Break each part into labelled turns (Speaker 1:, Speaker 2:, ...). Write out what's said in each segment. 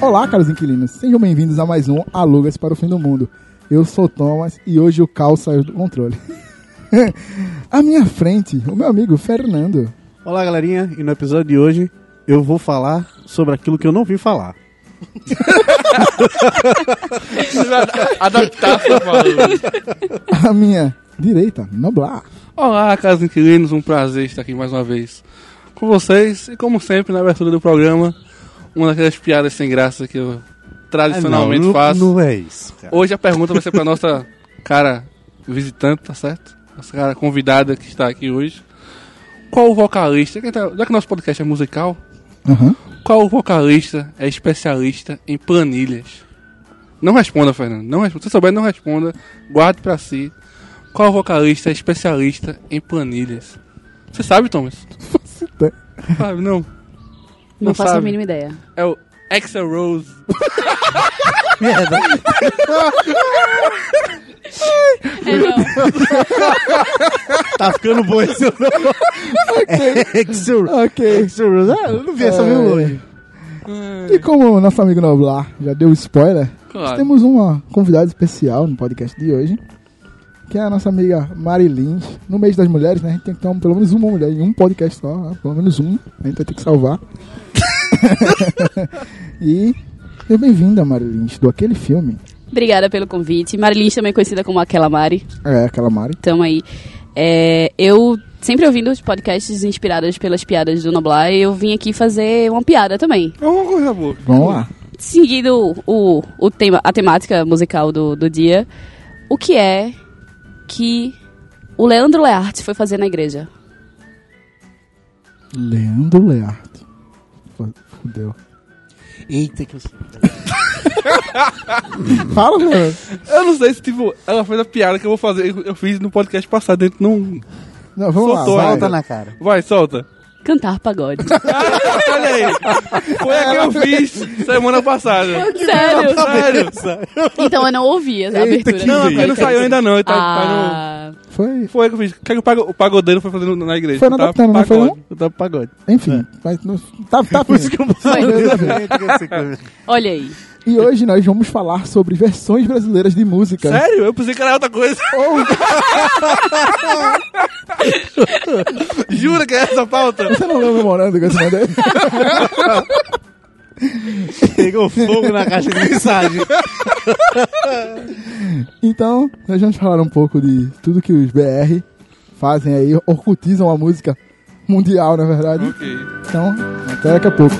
Speaker 1: Olá, caros inquilinos. Sejam bem-vindos a mais um Alugas para o Fim do Mundo. Eu sou o Thomas e hoje o caos saiu do controle. à minha frente, o meu amigo Fernando.
Speaker 2: Olá, galerinha, e no episódio de hoje eu vou falar sobre aquilo que eu não vim falar.
Speaker 3: Adaptar, por favor.
Speaker 1: À minha direita, Noblar.
Speaker 3: Olá, caros inquilinos, um prazer estar aqui mais uma vez com vocês. E como sempre, na abertura do programa, uma daquelas piadas sem graça que eu tradicionalmente
Speaker 2: não,
Speaker 3: faço.
Speaker 2: Não é isso, cara.
Speaker 3: Hoje a pergunta vai ser pra nossa cara visitante, tá certo? Nossa cara convidada que está aqui hoje. Qual o vocalista, quem tá- já que nosso podcast é musical,
Speaker 1: Aham.
Speaker 3: qual o vocalista é especialista em planilhas? Não responda, Fernando. Não responda. Se souber, não responda. Guarde pra si. Qual vocalista é especialista em planilhas? Você sabe, Thomas?
Speaker 1: ideia.
Speaker 3: sabe, não.
Speaker 4: Não,
Speaker 3: Não
Speaker 4: faço
Speaker 3: sabe.
Speaker 4: a mínima ideia.
Speaker 3: É o Axel Rose.
Speaker 4: É, não.
Speaker 2: Tá ficando bom esse nome. É, Exur-
Speaker 1: Ok.
Speaker 2: Exur- Ah, eu não vi essa meio
Speaker 1: É.
Speaker 2: longe.
Speaker 1: E como o nosso amigo Noblar já deu spoiler, nós
Speaker 3: Claro.
Speaker 1: temos uma convidada especial no podcast de hoje, que é a nossa amiga Mari Lins. No mês das mulheres, né? A gente tem que ter um- pelo menos uma mulher em um podcast só, né? pelo menos um. A gente vai ter que salvar. e seja bem-vinda, Mari Lins, do aquele filme.
Speaker 4: Obrigada pelo convite. Marilins também é conhecida como Aquela Mari.
Speaker 1: É, aquela Mari.
Speaker 4: Tamo aí. É, eu sempre ouvindo os podcasts inspirados pelas piadas do Noblar, eu vim aqui fazer uma piada também.
Speaker 3: É uma coisa boa.
Speaker 1: Vamos lá.
Speaker 4: Seguindo o, o tema, a temática musical do, do dia, o que é que o Leandro Learte foi fazer na igreja?
Speaker 1: Leandro Learte. Fu- Fudeu.
Speaker 2: Eita, que eu
Speaker 1: Fala, mano.
Speaker 3: Eu não sei se, tipo, ela fez a piada que eu vou fazer. Eu, eu fiz no podcast passado. Dentro não.
Speaker 1: Não, vamos
Speaker 3: Soltou
Speaker 1: lá.
Speaker 3: tá?
Speaker 1: vai.
Speaker 2: Volta na cara.
Speaker 3: Vai, solta.
Speaker 4: Cantar pagode.
Speaker 3: Olha aí. Foi a que eu fiz semana passada.
Speaker 4: Sério?
Speaker 3: Sério.
Speaker 4: Então eu não ouvi essa abertura.
Speaker 3: Não, a
Speaker 4: Foi
Speaker 3: coisa não saiu ainda não. Tá, tá no-
Speaker 4: Ah,
Speaker 1: Foi.
Speaker 3: Foi que eu fiz. Que eu pago- o pagodeiro foi fazendo na igreja.
Speaker 1: Foi na
Speaker 3: Eu tava
Speaker 1: Adaptando, não foi
Speaker 3: pagode. Eu tava pagode.
Speaker 1: Enfim,
Speaker 3: É.
Speaker 1: mas não- tá, tá
Speaker 2: Por isso que eu
Speaker 4: olha aí.
Speaker 1: E hoje nós vamos falar sobre versões brasileiras de música.
Speaker 3: Sério? Eu pensei que era outra coisa.
Speaker 1: Oh.
Speaker 3: Jura que é essa a pauta?
Speaker 1: Você não leu o memorando que eu te mandei?
Speaker 2: Pegou fogo na caixa de mensagem.
Speaker 1: Então, nós vamos falar um pouco de tudo que os BR fazem aí, orcutizam a música mundial, na verdade.
Speaker 3: Ok.
Speaker 1: Então, até daqui a pouco.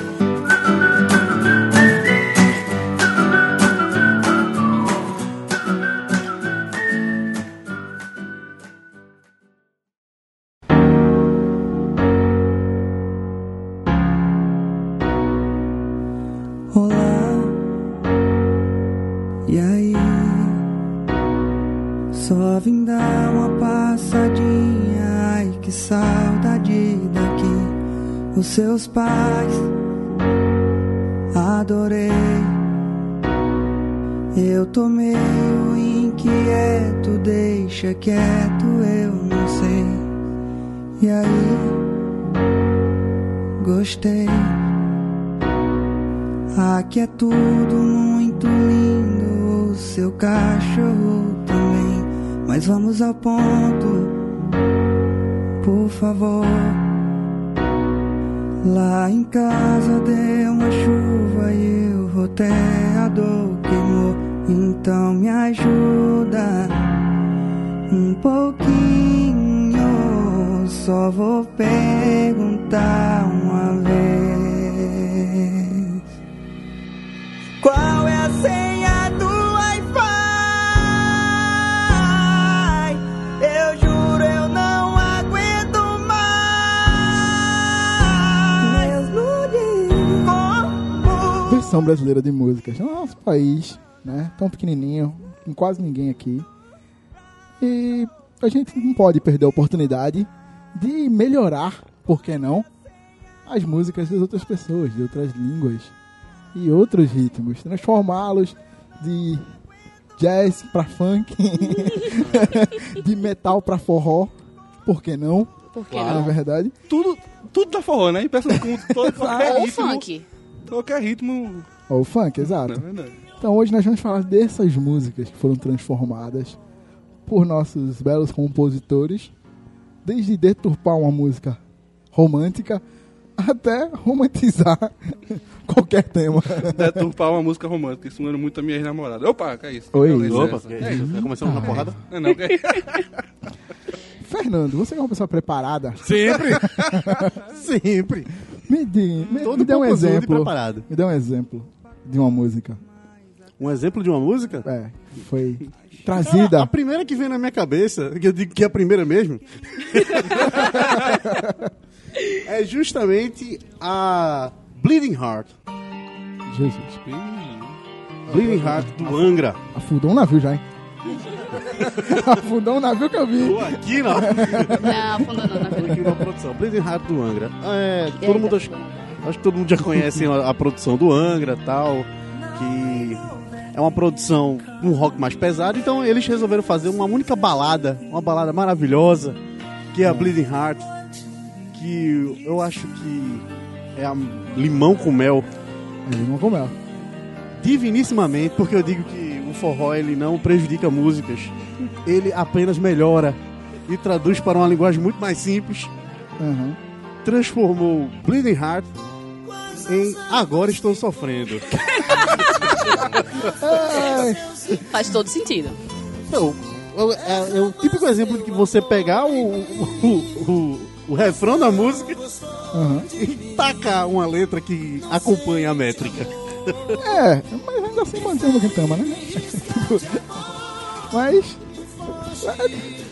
Speaker 5: Olá, e aí? Só vim dar uma passadinha, ai que saudade daqui. Os seus pais, adorei. Eu tô meio inquieto, deixa quieto, eu não sei. E aí? Gostei. Aqui é tudo muito lindo, o seu cachorro também. Mas vamos ao ponto, por favor. Lá em casa deu uma chuva e o roteador queimou. Então me ajuda um pouquinho, só vou perguntar uma vez. Qual é a senha do Wi-Fi? Eu juro eu não aguento mais. Mesmo dia. Como?
Speaker 1: Versão brasileira de músicas. Nosso país, né? Tão pequenininho, com quase ninguém aqui. E a gente não pode perder a oportunidade de melhorar, por que não, as músicas das outras pessoas, de outras línguas e outros ritmos. Transformá-los de jazz pra funk, de metal pra forró, por que não,
Speaker 4: Por que
Speaker 1: na
Speaker 4: não?
Speaker 1: verdade.
Speaker 3: Tudo, tudo tá forró, né? E peça como todo, qualquer
Speaker 4: Ou
Speaker 3: ritmo.
Speaker 4: funk.
Speaker 3: Qualquer ritmo
Speaker 1: Ou o funk, exato.
Speaker 3: Não é verdade.
Speaker 1: Então hoje nós vamos falar dessas músicas que foram transformadas por nossos belos compositores, desde deturpar uma música romântica até romantizar qualquer tema.
Speaker 3: Deturpar uma música romântica, isso lembra muito a minha ex-namorada. Opa, que é isso?
Speaker 1: Oi.
Speaker 3: Que violência é
Speaker 2: Opa,
Speaker 3: essa?
Speaker 2: que é isso? Já começamos na porrada?
Speaker 3: Não, não, que é...
Speaker 1: Fernando, você que é uma pessoa preparada,
Speaker 2: Sempre! Sempre!
Speaker 1: me, dê- me-
Speaker 2: Todo
Speaker 1: me dê um
Speaker 2: pompozudo e
Speaker 1: exemplo.
Speaker 2: preparado.
Speaker 1: Me dê um exemplo de uma música.
Speaker 2: Um exemplo de uma música?
Speaker 1: É, foi
Speaker 2: Cara,
Speaker 1: trazida.
Speaker 2: a primeira que vem na minha cabeça, que eu digo que é a primeira mesmo, é justamente a Bleeding Heart.
Speaker 1: Jesus,
Speaker 2: Bleeding Heart do Angra.
Speaker 1: afundou um navio já, hein? afundou um navio que eu vi.
Speaker 2: Tô aqui na,
Speaker 4: Não, afunda não, não.
Speaker 2: aqui na produção. Bleeding Heart do Angra. É, todo
Speaker 4: aí,
Speaker 2: mundo, acho, acho que todo mundo já conhece a, a produção do Angra tal, que é uma produção um rock mais pesado. Então eles resolveram fazer uma única balada, uma balada maravilhosa, que é a Bleeding Heart, que eu acho que é a limão com mel
Speaker 1: Ele não comeu.
Speaker 2: divinissimamente, porque eu digo que o forró ele não prejudica músicas, ele apenas melhora e traduz para uma linguagem muito mais simples.
Speaker 1: Aham.
Speaker 2: Transformou Bleeding Heart em Agora Estou Sofrendo.
Speaker 4: Faz todo sentido.
Speaker 2: Então, eu- é, é o típico exemplo de que você pegar o, o, o, o refrão da música
Speaker 1: aham.
Speaker 2: e tacar uma letra que acompanha a métrica.
Speaker 1: É, mas ainda assim mantendo o Gintama, né? mas,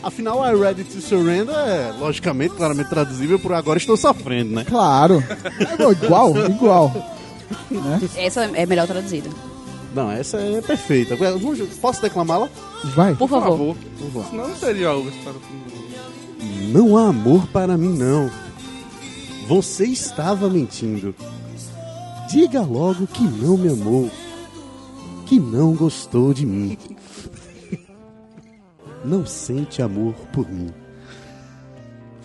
Speaker 2: Afinal, I Ready to Surrender é, logicamente, claramente traduzível por Agora Estou Sofrendo, né?
Speaker 1: claro, é igual, igual.
Speaker 4: Essa é melhor traduzida.
Speaker 2: Não, essa é perfeita. Agora, vamos- Posso declamá-la?
Speaker 1: Vai.
Speaker 4: Por
Speaker 3: Por
Speaker 4: favor.
Speaker 3: favor. Senão não seria algo para o fim do mundo.
Speaker 2: Não há amor para mim, não. Você estava mentindo. Diga logo que não me amou. Que não gostou de mim. Não sente amor por mim.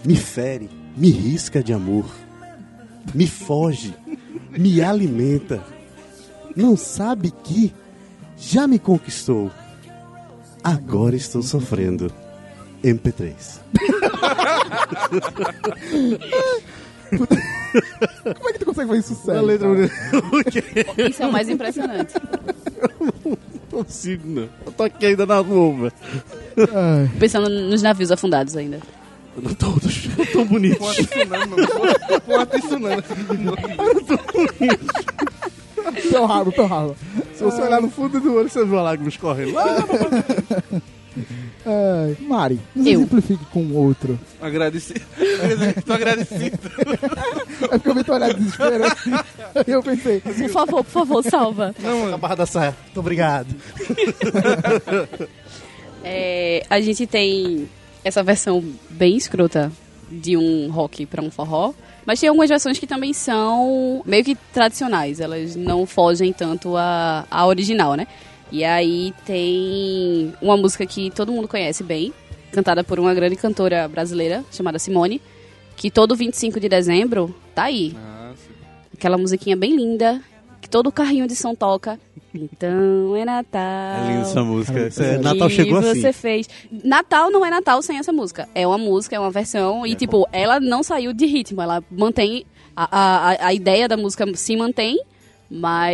Speaker 2: Me fere, me risca de amor. Me foge, me alimenta. Não sabe que já me conquistou. Agora estou sofrendo. MP3.
Speaker 1: Como é que tu consegue fazer isso sério?
Speaker 2: então.
Speaker 4: Isso é o mais impressionante.
Speaker 2: consigo, não. Eu tô aqui ainda na lua,
Speaker 1: Ai,
Speaker 4: Pensando nos navios afundados ainda.
Speaker 2: velho. Todos tão bonitos.
Speaker 3: Pode tsunami, mano. Pode tsunami.
Speaker 1: teu rabo, teu rabo.
Speaker 2: Se você olhar no fundo do olho, você vê uma lágrima escorrendo. Lá,
Speaker 1: Ai, Mari, nos
Speaker 4: Eu.
Speaker 1: exemplifique com outro.
Speaker 3: Agradecido. Tô agradecido.
Speaker 1: É porque eu vi tu olhar de desespero. E eu pensei,
Speaker 4: Por favor, por favor, salva.
Speaker 3: Não,
Speaker 2: a
Speaker 3: mano.
Speaker 2: barra da saia. Muito obrigado.
Speaker 4: É, a gente tem essa versão bem escrota de um rock pra um forró, mas tem algumas versões que também são meio que tradicionais, elas não fogem tanto à, à original, né? E aí tem uma música que todo mundo conhece bem, cantada por uma grande cantora brasileira chamada Simone, que todo 25 de dezembro tá aí,
Speaker 3: Ah, sim.
Speaker 4: aquela musiquinha bem linda, que todo carrinho de som toca. Então é Natal.
Speaker 2: É linda essa música. Isso é,
Speaker 1: E
Speaker 2: Natal chegou
Speaker 4: E
Speaker 2: assim.
Speaker 4: você fez. Natal não é Natal sem essa música. É uma música, é uma versão. E, tipo, ela não saiu de ritmo. Ela mantém. A, a, a ideia da música se mantém,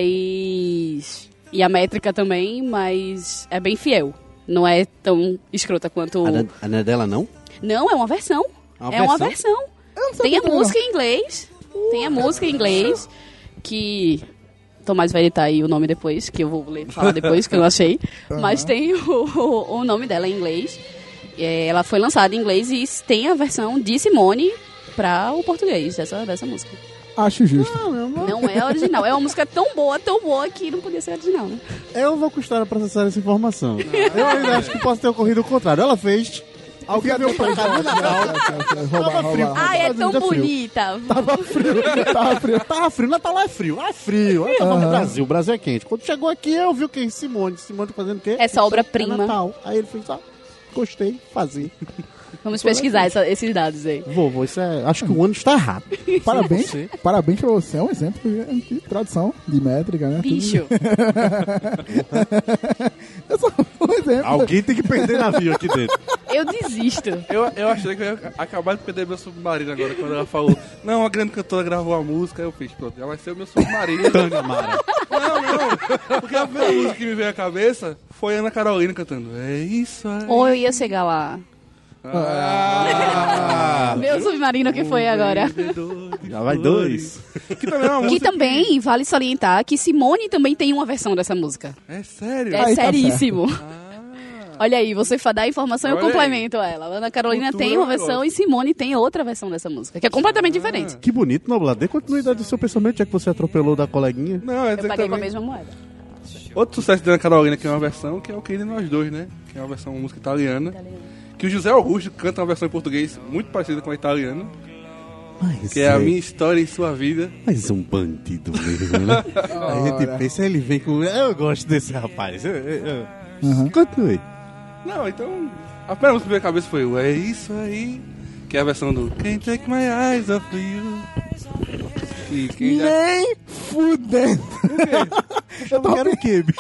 Speaker 4: mas. E a métrica também, mas é bem fiel. Não é tão escrota quanto.
Speaker 2: A, da- a não é dela, não?
Speaker 4: Não, é uma versão.
Speaker 2: É uma
Speaker 4: é uma
Speaker 2: versão?
Speaker 4: versão. Tem a música em inglês. Tem a música em inglês. Que. Tomás vai editar aí o nome depois, que eu vou ler, falar depois, que eu não achei. Mas tem o, o, o nome dela em inglês. É, ela foi lançada em inglês e tem a versão de Simone pra o português dessa, dessa música.
Speaker 1: acho justo.
Speaker 4: Não é a original. É uma música tão boa, tão boa que não podia ser original, né?
Speaker 2: Eu vou custar a processar essa informação. Eu ainda acho que posso ter ocorrido o contrário. Ela fez. Alguém deu pra cá no Natal.
Speaker 1: Rouba,
Speaker 2: frio.
Speaker 1: rouba.
Speaker 4: Ah, é tão
Speaker 2: Fazendo frio.
Speaker 4: bonita.
Speaker 2: Tava Tá frio, tava frio. Natal lá é frio. Lá é frio. Aí tava no Brasil. O Brasil é quente. Quando chegou aqui, eu vi o que? Simone. Simone tá fazendo o quê?
Speaker 4: Essa obra-prima.
Speaker 2: É Natal. Aí ele fez, ah, gostei, fazer.
Speaker 4: Vamos pesquisar essa- esses dados aí.
Speaker 2: Vovô, isso é. Acho que o ano está errado.
Speaker 1: Parabéns,
Speaker 2: Você.
Speaker 1: parabéns pra você, é um exemplo de, de tradução, de métrica, né? Tudo.
Speaker 4: Bicho,
Speaker 1: É só um exemplo.
Speaker 2: Alguém tem que perder navio aqui dentro.
Speaker 4: eu desisto.
Speaker 3: Eu, eu achei que eu ia acabar de perder meu submarino agora, quando ela falou, não, a grande cantora gravou a música, aí eu fiz, pronto, já vai ser o meu submarino.
Speaker 2: Tânia Mara.
Speaker 3: Não, não, porque a primeira música que me veio à cabeça foi Ana Carolina cantando, é isso aí.
Speaker 4: Ou eu ia chegar lá.
Speaker 2: Ah,
Speaker 4: Meu submarino que foi agora.
Speaker 2: já vai dois.
Speaker 3: Que também é uma
Speaker 4: Que
Speaker 3: música...
Speaker 4: também vale salientar que Simone também tem uma versão dessa música.
Speaker 3: É sério?
Speaker 4: É
Speaker 1: Aí tá
Speaker 4: seríssimo. Olha aí, você fa- dá a informação e eu
Speaker 3: Ah. Olha aí.
Speaker 4: complemento ela. Ana Carolina
Speaker 3: Cultura
Speaker 4: tem uma
Speaker 3: é um negócio. Ah,
Speaker 4: versão e Simone tem outra versão dessa música, que é completamente diferente.
Speaker 2: Que bonito, Noblar. Dê continuidade do seu pensamento, já que você atropelou da coleguinha.
Speaker 3: Não, é
Speaker 4: Eu paguei com a
Speaker 3: exatamente-
Speaker 4: mesma moeda.
Speaker 3: Outro sucesso da Ana Carolina, que é uma versão, que é o Quem de Nós Dois, né? Que é uma versão uma música italiana. Que o José Augusto canta uma versão em português muito parecida com a italiana.
Speaker 2: Mas
Speaker 3: Que é a minha história e sua vida.
Speaker 2: Mas um bandido mesmo, né? a gente pensa, ele vem com. Eu gosto desse rapaz. Eu- eu- eu- Continue.
Speaker 3: Não, então. A primeira música que veio à cabeça foi o É Isso Aí. Que é a versão do Can't Take My Eyes Off You. Que quem já-
Speaker 1: Nem fudendo.
Speaker 2: Eu quero o quê, bicho?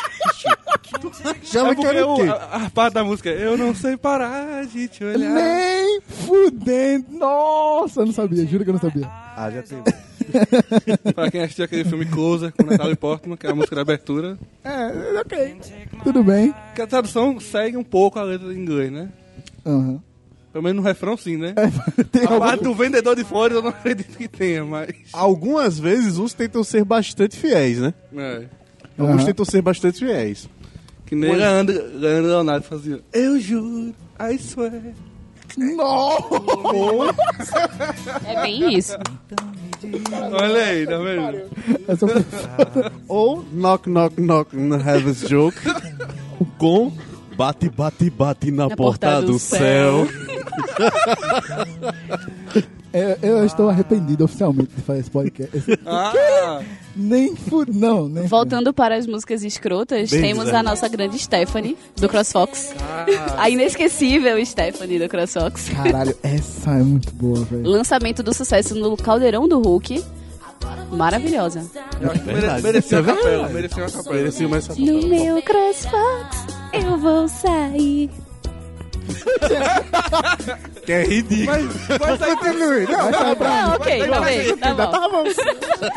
Speaker 2: Já
Speaker 3: É
Speaker 2: eu
Speaker 3: porque
Speaker 2: quero o
Speaker 3: o-
Speaker 2: quê?
Speaker 3: a, a parte da música é Eu não sei parar de te olhar.
Speaker 2: Né?
Speaker 1: Nem fudendo. Nossa, eu não sabia, juro que eu não sabia.
Speaker 2: Ah, já tem.
Speaker 3: Pra quem assistiu aquele filme Closer com Natalie Portman, que é a música da abertura.
Speaker 1: É, ok. Tudo bem.
Speaker 3: Que a tradução segue um pouco a letra em inglês, né?
Speaker 1: Aham.
Speaker 3: Pelo menos no refrão, sim, né?
Speaker 2: É,
Speaker 1: Tem
Speaker 3: A parte
Speaker 1: algum...
Speaker 3: do vendedor de flores eu não acredito que tenha, mas.
Speaker 2: Algumas vezes os tentam ser bastante fiéis, né?
Speaker 3: É.
Speaker 2: Alguns
Speaker 1: Aham.
Speaker 2: tentam ser bastante fiéis.
Speaker 3: Que nem Leandro, Leandro Leonardo fazia. Eu juro, I swear.
Speaker 1: Nossa!
Speaker 4: É bem isso.
Speaker 3: Olha aí, tá vendo?
Speaker 1: Essa foi-
Speaker 2: Ou Knock Knock Knock no Heaven's Joke com Bate, bate, bate na, porta, do, céu.
Speaker 1: É, eu estou arrependido oficialmente de fazer esse podcast.
Speaker 3: Ah,
Speaker 1: Nem fudendo. Não, nem
Speaker 4: Voltando para as músicas escrotas,
Speaker 2: Bem
Speaker 4: temos a
Speaker 2: bizarro.
Speaker 4: nossa grande Stephanie, do CrossFox.
Speaker 3: Ah.
Speaker 4: A inesquecível Stephanie, do CrossFox.
Speaker 1: fudendo. Caralho, essa é muito boa, velho.
Speaker 4: Lançamento do sucesso no Caldeirão do Hulk. Maravilhosa.
Speaker 3: eu acho que mere,
Speaker 2: Verdade.
Speaker 3: merecia
Speaker 2: Isso
Speaker 3: uma
Speaker 2: é
Speaker 3: capela,
Speaker 2: verdade.
Speaker 3: merecia uma capela.
Speaker 2: Merecia mais essa
Speaker 4: No meu CrossFox, eu vou sair.
Speaker 2: Que é ridículo.
Speaker 3: Mas, mas aí tem...
Speaker 4: Ah, ok, tá bem, tá bom.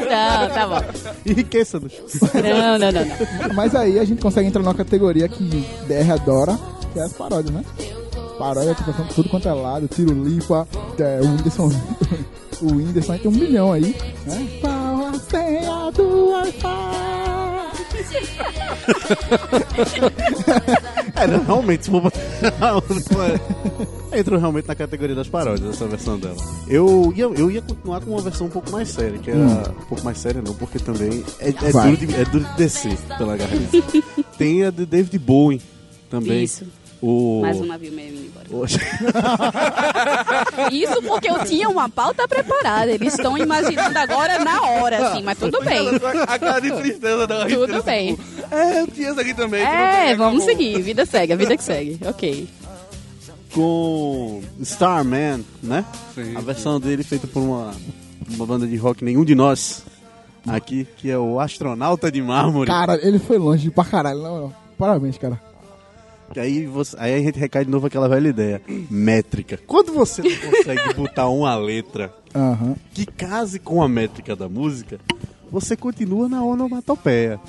Speaker 4: Não, tá bom.
Speaker 2: Enriqueça-nos.
Speaker 4: Não, não, não, não.
Speaker 1: Mas aí a gente consegue entrar numa categoria que DR adora, que é as paródias, né? Paródia tá passando tudo quanto é lado, tiro lipa, é, o Whindersson. o Whindersson aí tem um milhão aí, né? Pau a senha do Wi-Fi.
Speaker 2: Era É, realmente, se for botar. é. Entrou realmente na categoria das paródias essa versão dela. Eu ia, eu ia continuar com uma versão um pouco mais séria, que era. Um pouco mais séria não, porque também é, é
Speaker 1: Vai.
Speaker 2: duro, de, é duro de descer pela garganta. Tem a de David Bowie também.
Speaker 4: Isso.
Speaker 2: O.
Speaker 4: Mais um navio meio indo embora.
Speaker 2: o-
Speaker 4: Isso porque eu tinha uma pauta preparada. Eles estão imaginando agora na hora, assim, mas tudo bem.
Speaker 3: A cara de tristeza da
Speaker 4: Tudo bem.
Speaker 3: É, eu tinha essa aqui também. que não
Speaker 4: É,
Speaker 3: tinha,
Speaker 4: vamos
Speaker 3: acabou.
Speaker 4: seguir. Vida segue, a vida que segue. Ok.
Speaker 2: com Starman, né?
Speaker 3: Sim.
Speaker 2: A versão dele feita por uma, uma banda de rock, nenhum de nós. Aqui, que é o Astronauta de Mármore.
Speaker 1: Cara, ele foi longe pra caralho, não, não. Parabéns, cara.
Speaker 2: Que Aí, você, aí a gente recai de novo aquela velha ideia. Métrica. Quando você não consegue botar uma letra
Speaker 1: Aham.
Speaker 2: que case com a métrica da música, você continua na onomatopeia.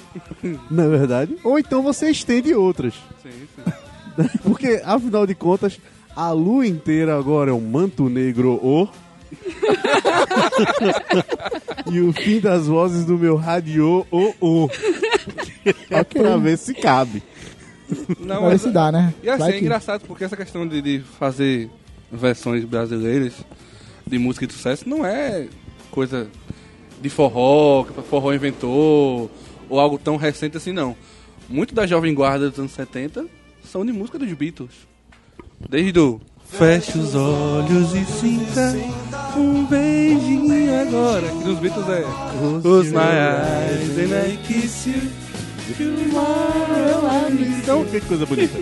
Speaker 2: Não é verdade? Ou então você estende outras.
Speaker 3: Sim, sim.
Speaker 2: Porque, afinal de contas, a lua inteira agora é um manto negro o. e o fim das vozes do meu radio o o. É pra ver se cabe.
Speaker 3: Não,
Speaker 1: Pra ver
Speaker 3: mas-
Speaker 1: se dá, né?
Speaker 3: E assim,
Speaker 1: Vai
Speaker 3: é
Speaker 1: que-
Speaker 3: engraçado porque essa questão de, de fazer versões brasileiras de música de sucesso não é coisa de forró, que o forró inventou, ou algo tão recente assim, não. Muito da jovem guarda dos anos 70 são de música dos Beatles. Desde o Feche os olhos e sinta um beijinho agora. Que dos Beatles é Os né? My Eyes and I Kiss You Tomorrow I Miss You. Então,
Speaker 2: Que coisa bonita.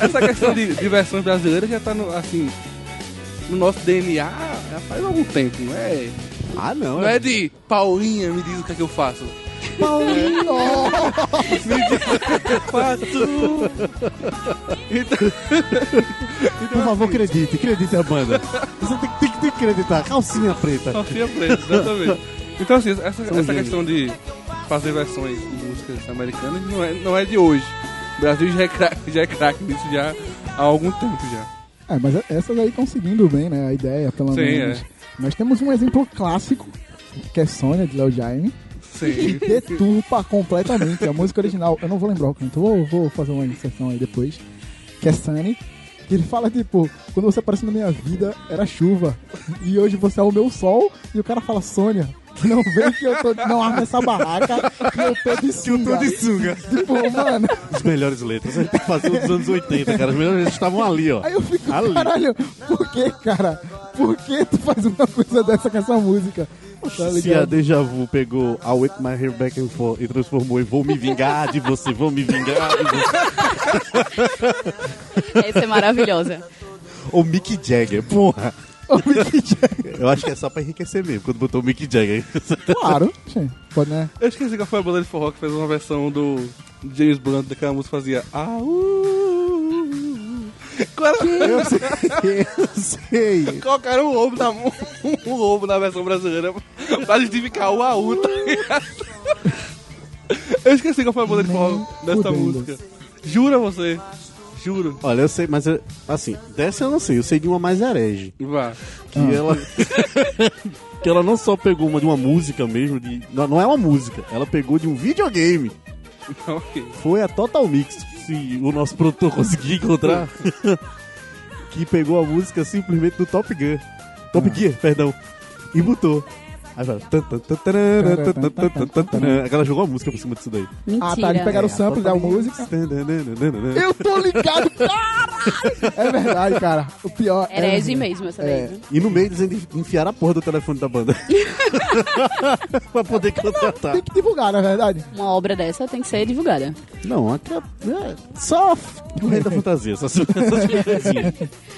Speaker 3: essa questão de, de versões brasileiras já tá no, assim, no nosso DNA já faz algum tempo, não é?
Speaker 2: Ah, não.
Speaker 3: Não é de Paulinha, me diz o que é que eu faço.
Speaker 1: Paulinho!
Speaker 3: Faço.
Speaker 2: Por favor, acredite, acredite a banda. Você tem, que- tem que- tem que acreditar. Calcinha preta.
Speaker 3: Calcinha preta, exatamente. Então, assim, essa, essa
Speaker 2: gênios.
Speaker 3: questão de fazer versões de músicas americanas não é, não é de hoje. O Brasil já é craque já é craque nisso já há algum tempo já.
Speaker 1: É, mas essas aí estão seguindo bem, né? A ideia, pelo
Speaker 3: Sim,
Speaker 1: menos.
Speaker 3: é.
Speaker 1: Nós temos um exemplo clássico, que é Sônia, de Léo Jaime,
Speaker 3: Sim.
Speaker 1: deturpa completamente a música original. Eu não vou lembrar o canto, vou, vou fazer uma inserção aí depois, que é Sunny. Que ele fala, tipo, quando você apareceu na minha vida, era chuva. E hoje você é o meu sol. E o cara fala, Sônia, não vem que eu tô... Não arma essa barraca que eu tô de sunga.
Speaker 2: sunga.
Speaker 1: Tipo, mano...
Speaker 2: As melhores letras. A gente tem que fazer um dos anos 80, cara. As melhores letras estavam ali, ó.
Speaker 1: Aí eu fico,
Speaker 2: Ali.
Speaker 1: caralho, por que, cara? Por que tu faz uma coisa dessa com essa música? Tá
Speaker 2: Se a
Speaker 1: ligado?
Speaker 2: Deja Vu pegou a Wake My Hair Back and Forth e transformou em Vou Me Vingar de Você, Vou Me Vingar de Você.
Speaker 4: Essa é maravilhosa.
Speaker 2: Ou Mick Jagger, porra.
Speaker 1: Ô, Mick Jagger.
Speaker 2: Eu acho que é só pra enriquecer mesmo, quando botou o Mick Jagger.
Speaker 1: claro, gente, pode, né?
Speaker 3: Eu esqueci qual foi a banda de forró que fez uma versão do James Blunt daquela música que fazia. Au! Qual era-
Speaker 2: Eu sei, eu sei.
Speaker 3: Colocaram um lobo na mão- um lobo na versão brasileira pra justificar o AU, tá ligado? Eu esqueci qual foi a banda de forró
Speaker 1: Nem
Speaker 3: dessa
Speaker 1: fudendo.
Speaker 3: música. Jura você? Juro.
Speaker 2: Olha, eu sei, mas eu- assim, dessa eu não sei, eu sei de uma mais herege.
Speaker 3: Vá.
Speaker 2: Que ela. que ela não só pegou uma de uma música mesmo, de. Não, não é uma música, ela pegou de um videogame.
Speaker 3: Então, Ok.
Speaker 2: Foi a Total Mix, se o nosso produtor conseguir encontrar. que pegou a música simplesmente do Top Gun. Top Gear, perdão. E botou. Aí fala. tan, tan, tan, tarará, tan, tan, tan, tan, tan, tarará. Ela jogou a música por cima disso daí.
Speaker 4: Mentira.
Speaker 1: Ah, tá, eles pegaram o sample da música. Eu tô ligado, caralho! É verdade, cara. O pior é...
Speaker 4: Herege mesmo essa daí.
Speaker 1: É.
Speaker 4: viu?
Speaker 2: E no meio eles ainda enfiaram a porra do telefone da banda. pra poder contratar.
Speaker 1: Tem que divulgar, na verdade.
Speaker 4: Uma obra dessa tem que ser divulgada.
Speaker 2: Não, até, é, só f- o rei da fantasia. Só se- essas coisinhas.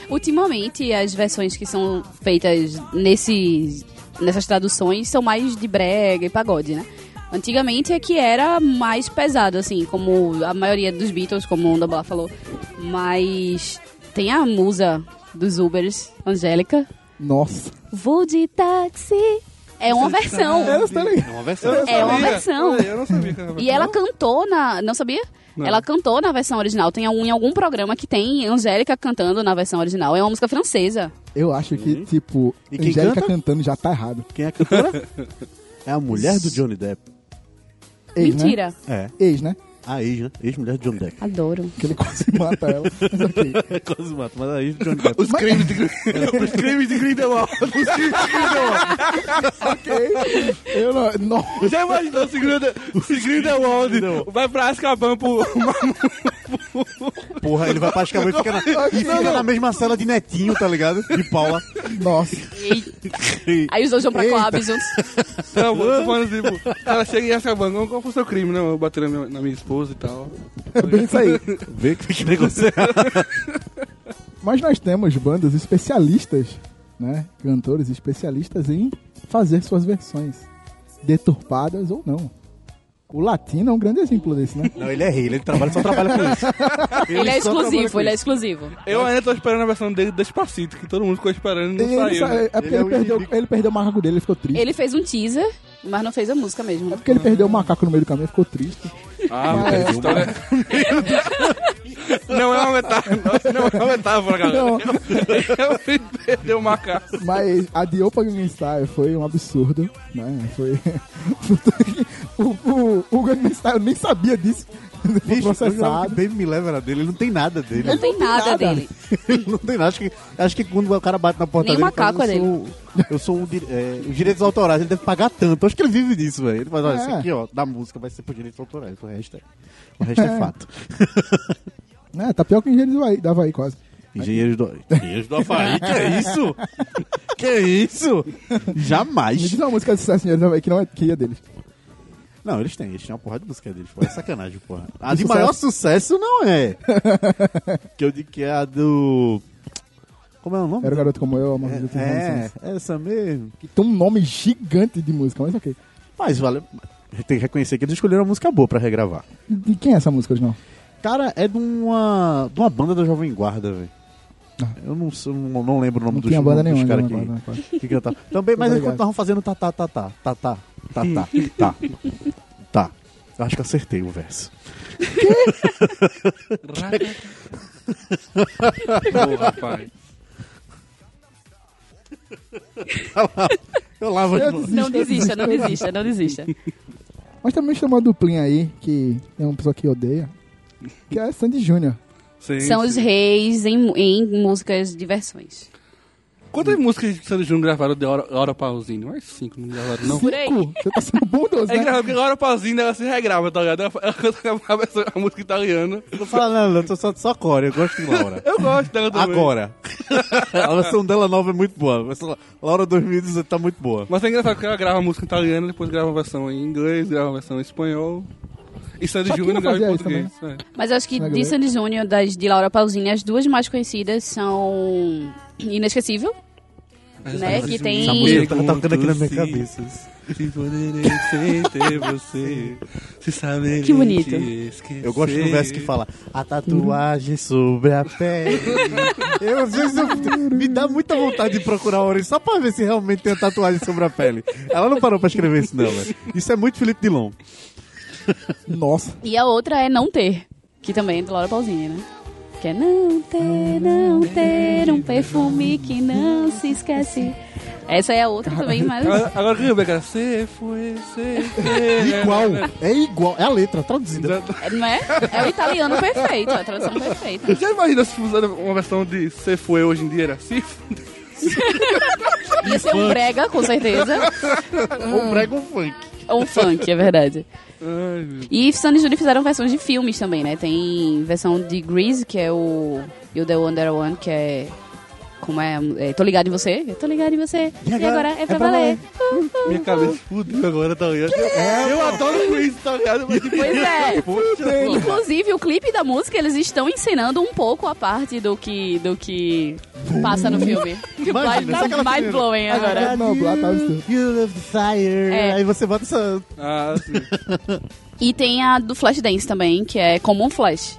Speaker 4: Ultimamente, as versões que são feitas nesses, nessas traduções são mais de brega e pagode, né? Antigamente é que era mais pesado, assim, como a maioria dos Beatles, como o Dabla falou. Mas tem a musa dos Ubers, Angélica.
Speaker 1: Nossa.
Speaker 4: Vou de táxi. É uma versão.
Speaker 1: Eu tô tá ligado.
Speaker 2: É uma versão.
Speaker 3: Eu não
Speaker 4: É uma
Speaker 3: sabia.
Speaker 4: versão.
Speaker 3: Eu não sabia que era uma
Speaker 4: E ela cantou na. Não sabia?
Speaker 3: Não.
Speaker 4: Ela cantou na versão original. Tem algum, em algum programa que tem Angélica cantando na versão original. É uma música francesa.
Speaker 1: Eu acho que, tipo,
Speaker 2: E quem
Speaker 1: Angélica
Speaker 2: canta?
Speaker 1: cantando já tá errado.
Speaker 2: Quem é a cantora? É a mulher do Johnny Depp.
Speaker 1: Ex, né?
Speaker 4: Mentira.
Speaker 2: É.
Speaker 1: Ex, né?
Speaker 2: A ex, né? Ex-mulher do Johnny Depp.
Speaker 4: Adoro.
Speaker 1: Que ele quase mata ela. Mas ok.
Speaker 2: Quase mato, mas a ex do Johnny Depp.
Speaker 3: Os crimes de, os crimes de Grindelwald. Os crimes de Grindelwald.
Speaker 1: Ok. Eu não... Nossa.
Speaker 3: Já imaginou se, Grindel, se Grindelwald vai pra Azkaban pro...
Speaker 2: Porra, ele vai pra Azkaban e fica, na, e fica na mesma cela de Netinho, tá ligado? De Paula.
Speaker 1: Nossa.
Speaker 4: E- Aí os dois vão pra Coab juntos.
Speaker 3: Não, você falando tipo... Ela chega em Azkaban, qual qual foi o seu crime? Não, eu bati na minha, na minha esposa e tal.
Speaker 1: É bem isso aí.
Speaker 2: Vê que, que negócio é.
Speaker 1: Mas nós temos bandas especialistas, né? Cantores especialistas em fazer suas versões, deturpadas ou não. O latino é um grande exemplo desse, né?
Speaker 2: Não, ele é rei, ele trabalha, só trabalha com isso.
Speaker 4: Ele é
Speaker 2: só trabalha
Speaker 4: exclusivo,
Speaker 2: com
Speaker 4: ele é
Speaker 2: isso.
Speaker 4: exclusivo.
Speaker 3: Eu ainda tô esperando a versão dele Despacito, que todo mundo ficou esperando e não
Speaker 1: Ele,
Speaker 3: saiu.
Speaker 1: sa-
Speaker 3: né?
Speaker 1: é porque
Speaker 2: Ele é
Speaker 1: ele,
Speaker 2: o
Speaker 1: perdeu,
Speaker 2: Henrique.
Speaker 1: ele perdeu o macaco dele, ele ficou triste.
Speaker 4: Ele fez um teaser, mas não fez a música mesmo.
Speaker 1: É porque ele perdeu o macaco no meio do caminho, ficou triste.
Speaker 3: Ah, mas essa história... não é uma metáfora, não é uma metáfora, galera.
Speaker 1: Não,
Speaker 3: Ele perdeu o macaco.
Speaker 1: mas adiou pra Gangnam Style, foi um absurdo, né? Foi... o, o, o Gangnam Style nem sabia disso, foi
Speaker 2: Bicho, o
Speaker 1: processado.
Speaker 2: Baby Me Leva era dele, ele não tem nada dele.
Speaker 4: Não tem nada,
Speaker 1: nada.
Speaker 4: dele.
Speaker 2: Ele não tem nada. Acho que, acho que quando o cara bate na porta
Speaker 4: Nem
Speaker 2: dele, ele fala,
Speaker 4: macaco é
Speaker 2: eu Sou, eu sou um di- é, os direitos autorais, ele deve pagar tanto. Acho que ele vive disso, velho. Ele faz, olha,
Speaker 1: É.
Speaker 2: isso aqui, ó, da música vai ser por direitos autorais. O resto é, o resto é fato.
Speaker 1: É, tá pior que o engenheiro do Havaí, quase.
Speaker 2: Engenheiros do, Engenheiros do Havaí, que é isso? Que é isso?
Speaker 1: Me diz
Speaker 2: Jamais.
Speaker 1: uma música de sucesso Engenheiros do Havaí que, não é, que é deles.
Speaker 2: Não, eles têm, eles têm uma porra de música deles, porra. É sacanagem, porra. A de maior sucesso não é. Que eu digo que é a do. Como é o nome?
Speaker 1: Era o né? garoto como eu, amor de
Speaker 2: É, é, essa mesmo.
Speaker 1: Que tem um nome gigante de música, mas ok.
Speaker 2: Mas vale. Tem que reconhecer que eles escolheram uma música boa pra regravar.
Speaker 1: De quem é essa música, não?
Speaker 2: Cara, é de uma, de uma banda da Jovem Guarda, velho.
Speaker 1: Ah.
Speaker 2: Eu não, sei- não, não lembro o nome
Speaker 1: Não
Speaker 2: Um dos,
Speaker 1: tinha banda
Speaker 2: dos
Speaker 1: nenhuma.
Speaker 2: caras
Speaker 1: né,
Speaker 2: que,
Speaker 1: agora, agora.
Speaker 2: que cantavam. Também, mas eles
Speaker 1: Obrigado.
Speaker 2: estavam fazendo tá, tá, tá, tá, tá, tá, tá, tá, tá, tá. Eu Acho que acertei o verso.
Speaker 3: Ô, rapaz.
Speaker 2: Eu lavo de
Speaker 1: Eu desisto, eu desisto.
Speaker 2: novo.
Speaker 4: Ah, Não desista, não desista, não desista.
Speaker 1: Mas também tem uma duplinha aí, que é uma pessoa que odeia, que é a Sandy Júnior.
Speaker 3: Sim,
Speaker 4: São os
Speaker 3: sim.
Speaker 4: reis em, em músicas de versões.
Speaker 3: Quantas músicas de Sandy Júnior gravaram de Hora, hora Pausini? Mais cinco, não gravaram, não.
Speaker 4: Por aí.
Speaker 1: Você tá sendo bondoso,
Speaker 3: É
Speaker 1: né?
Speaker 3: engraçado, porque Hora Pausini ela se regrava, tá ligado? Ela, ela canta a versão- a música italiana.
Speaker 2: Não fala nada, eu tô só, só core, eu gosto de Laura.
Speaker 3: Eu gosto dela também.
Speaker 2: Agora. A versão dela nova é muito boa. A versão Laura 2018 tá muito boa.
Speaker 3: Mas é engraçado que ela grava música italiana, depois grava a versão em inglês, grava a versão em espanhol. E Sandy
Speaker 1: Shakira
Speaker 3: Júnior grava em
Speaker 1: fazia isso
Speaker 3: português. é.
Speaker 4: Mas eu acho que
Speaker 1: Será que
Speaker 4: de
Speaker 1: eu
Speaker 4: Sandy Júnior, das de Laura Pausini, as duas mais conhecidas são Inesquecível, né? Que tem.
Speaker 2: Essa música tá tocando aqui na minha cabeça.
Speaker 3: Se poderei sentir você, se saberei
Speaker 4: Que bonito.
Speaker 3: te esquecer.
Speaker 2: Eu gosto do verso que fala a tatuagem sobre a pele. eu, às vezes eu, me dá muita vontade de procurar a Orange só pra ver se realmente tem a tatuagem sobre a pele. Ela não parou pra escrever isso, não, velho. Isso é muito Felipe Dilon.
Speaker 1: Nossa.
Speaker 4: E a outra é Não Ter, que também é de Laura Pausini, né? Que é não ter, não ter um perfume que não se esquece. Essa é a outra também, mas.
Speaker 3: Agora, agora que eu vejo, cara, se foi, se foi.
Speaker 2: Igual, é igual, é a letra traduzida.
Speaker 4: Não é? É o italiano perfeito, a tradução perfeita.
Speaker 3: Já imaginou se fosse uma versão de se foi hoje em dia era se foi?
Speaker 4: Ia ser um brega, com certeza.
Speaker 2: Ou prega ou funk.
Speaker 4: Ou um funk, é verdade.
Speaker 3: Ai, meu.
Speaker 4: E Sandy e Júnior fizeram versões de filmes também, né? Tem versão de Grease, que é o. E o The Wonder One, que é. Como é? é tô ligado em você? Eu tô ligado em você. E agora, é pra valer.
Speaker 3: Minha cabeça fudeu agora, tá ligado?
Speaker 2: É,
Speaker 3: Eu, eu adoro o Chris, tá ligado? Mas tipo,
Speaker 4: Pois é.
Speaker 3: poxa,
Speaker 4: Inclusive, o clipe da música, eles estão encenando um pouco a parte do que, do que passa no filme. Que
Speaker 2: Imagina,
Speaker 4: tá
Speaker 2: sabe aquela
Speaker 4: mind
Speaker 2: cena?
Speaker 4: blowing agora.
Speaker 1: Ah, não, lá tá absurdo.
Speaker 2: You love the fire.
Speaker 4: É.
Speaker 2: Aí você bota essa.
Speaker 3: Ah, sim.
Speaker 4: E tem a do Flashdance também, que é Common Flash,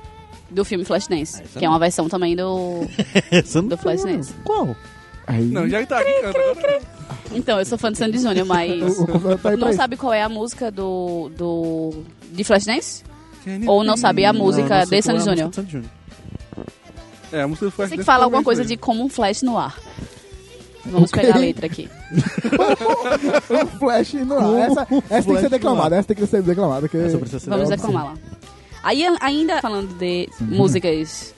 Speaker 4: do filme Flashdance. que é uma versão também do,
Speaker 2: essa
Speaker 4: do Flashdance.
Speaker 2: Qual?
Speaker 1: Aí,
Speaker 3: Não, já que tá aqui, canta agora.
Speaker 4: Então, eu sou fã de Sandy Júnior, mas...
Speaker 1: o, o convidado tá aí pra
Speaker 4: Não
Speaker 1: isso.
Speaker 4: sabe qual é a música do... do de Flashdance? Ou não sabe a música de
Speaker 2: é
Speaker 4: Sandy Júnior?
Speaker 3: É, a música do Flash
Speaker 4: Você que
Speaker 3: Dance
Speaker 4: fala
Speaker 3: também
Speaker 4: alguma coisa
Speaker 3: foi.
Speaker 4: de Common Flash no ar. Vamos
Speaker 1: Ok.
Speaker 4: pegar a letra aqui.
Speaker 1: O Flash não
Speaker 2: Como
Speaker 1: Essa, essa tem que
Speaker 2: Flash
Speaker 1: ser
Speaker 2: não
Speaker 1: declamada, essa tem que ser declamada. Que...
Speaker 2: Essa precisa ser
Speaker 4: Vamos
Speaker 2: declamada.
Speaker 4: declamá-la. Aí, a- ainda falando de
Speaker 3: Uhum.
Speaker 4: músicas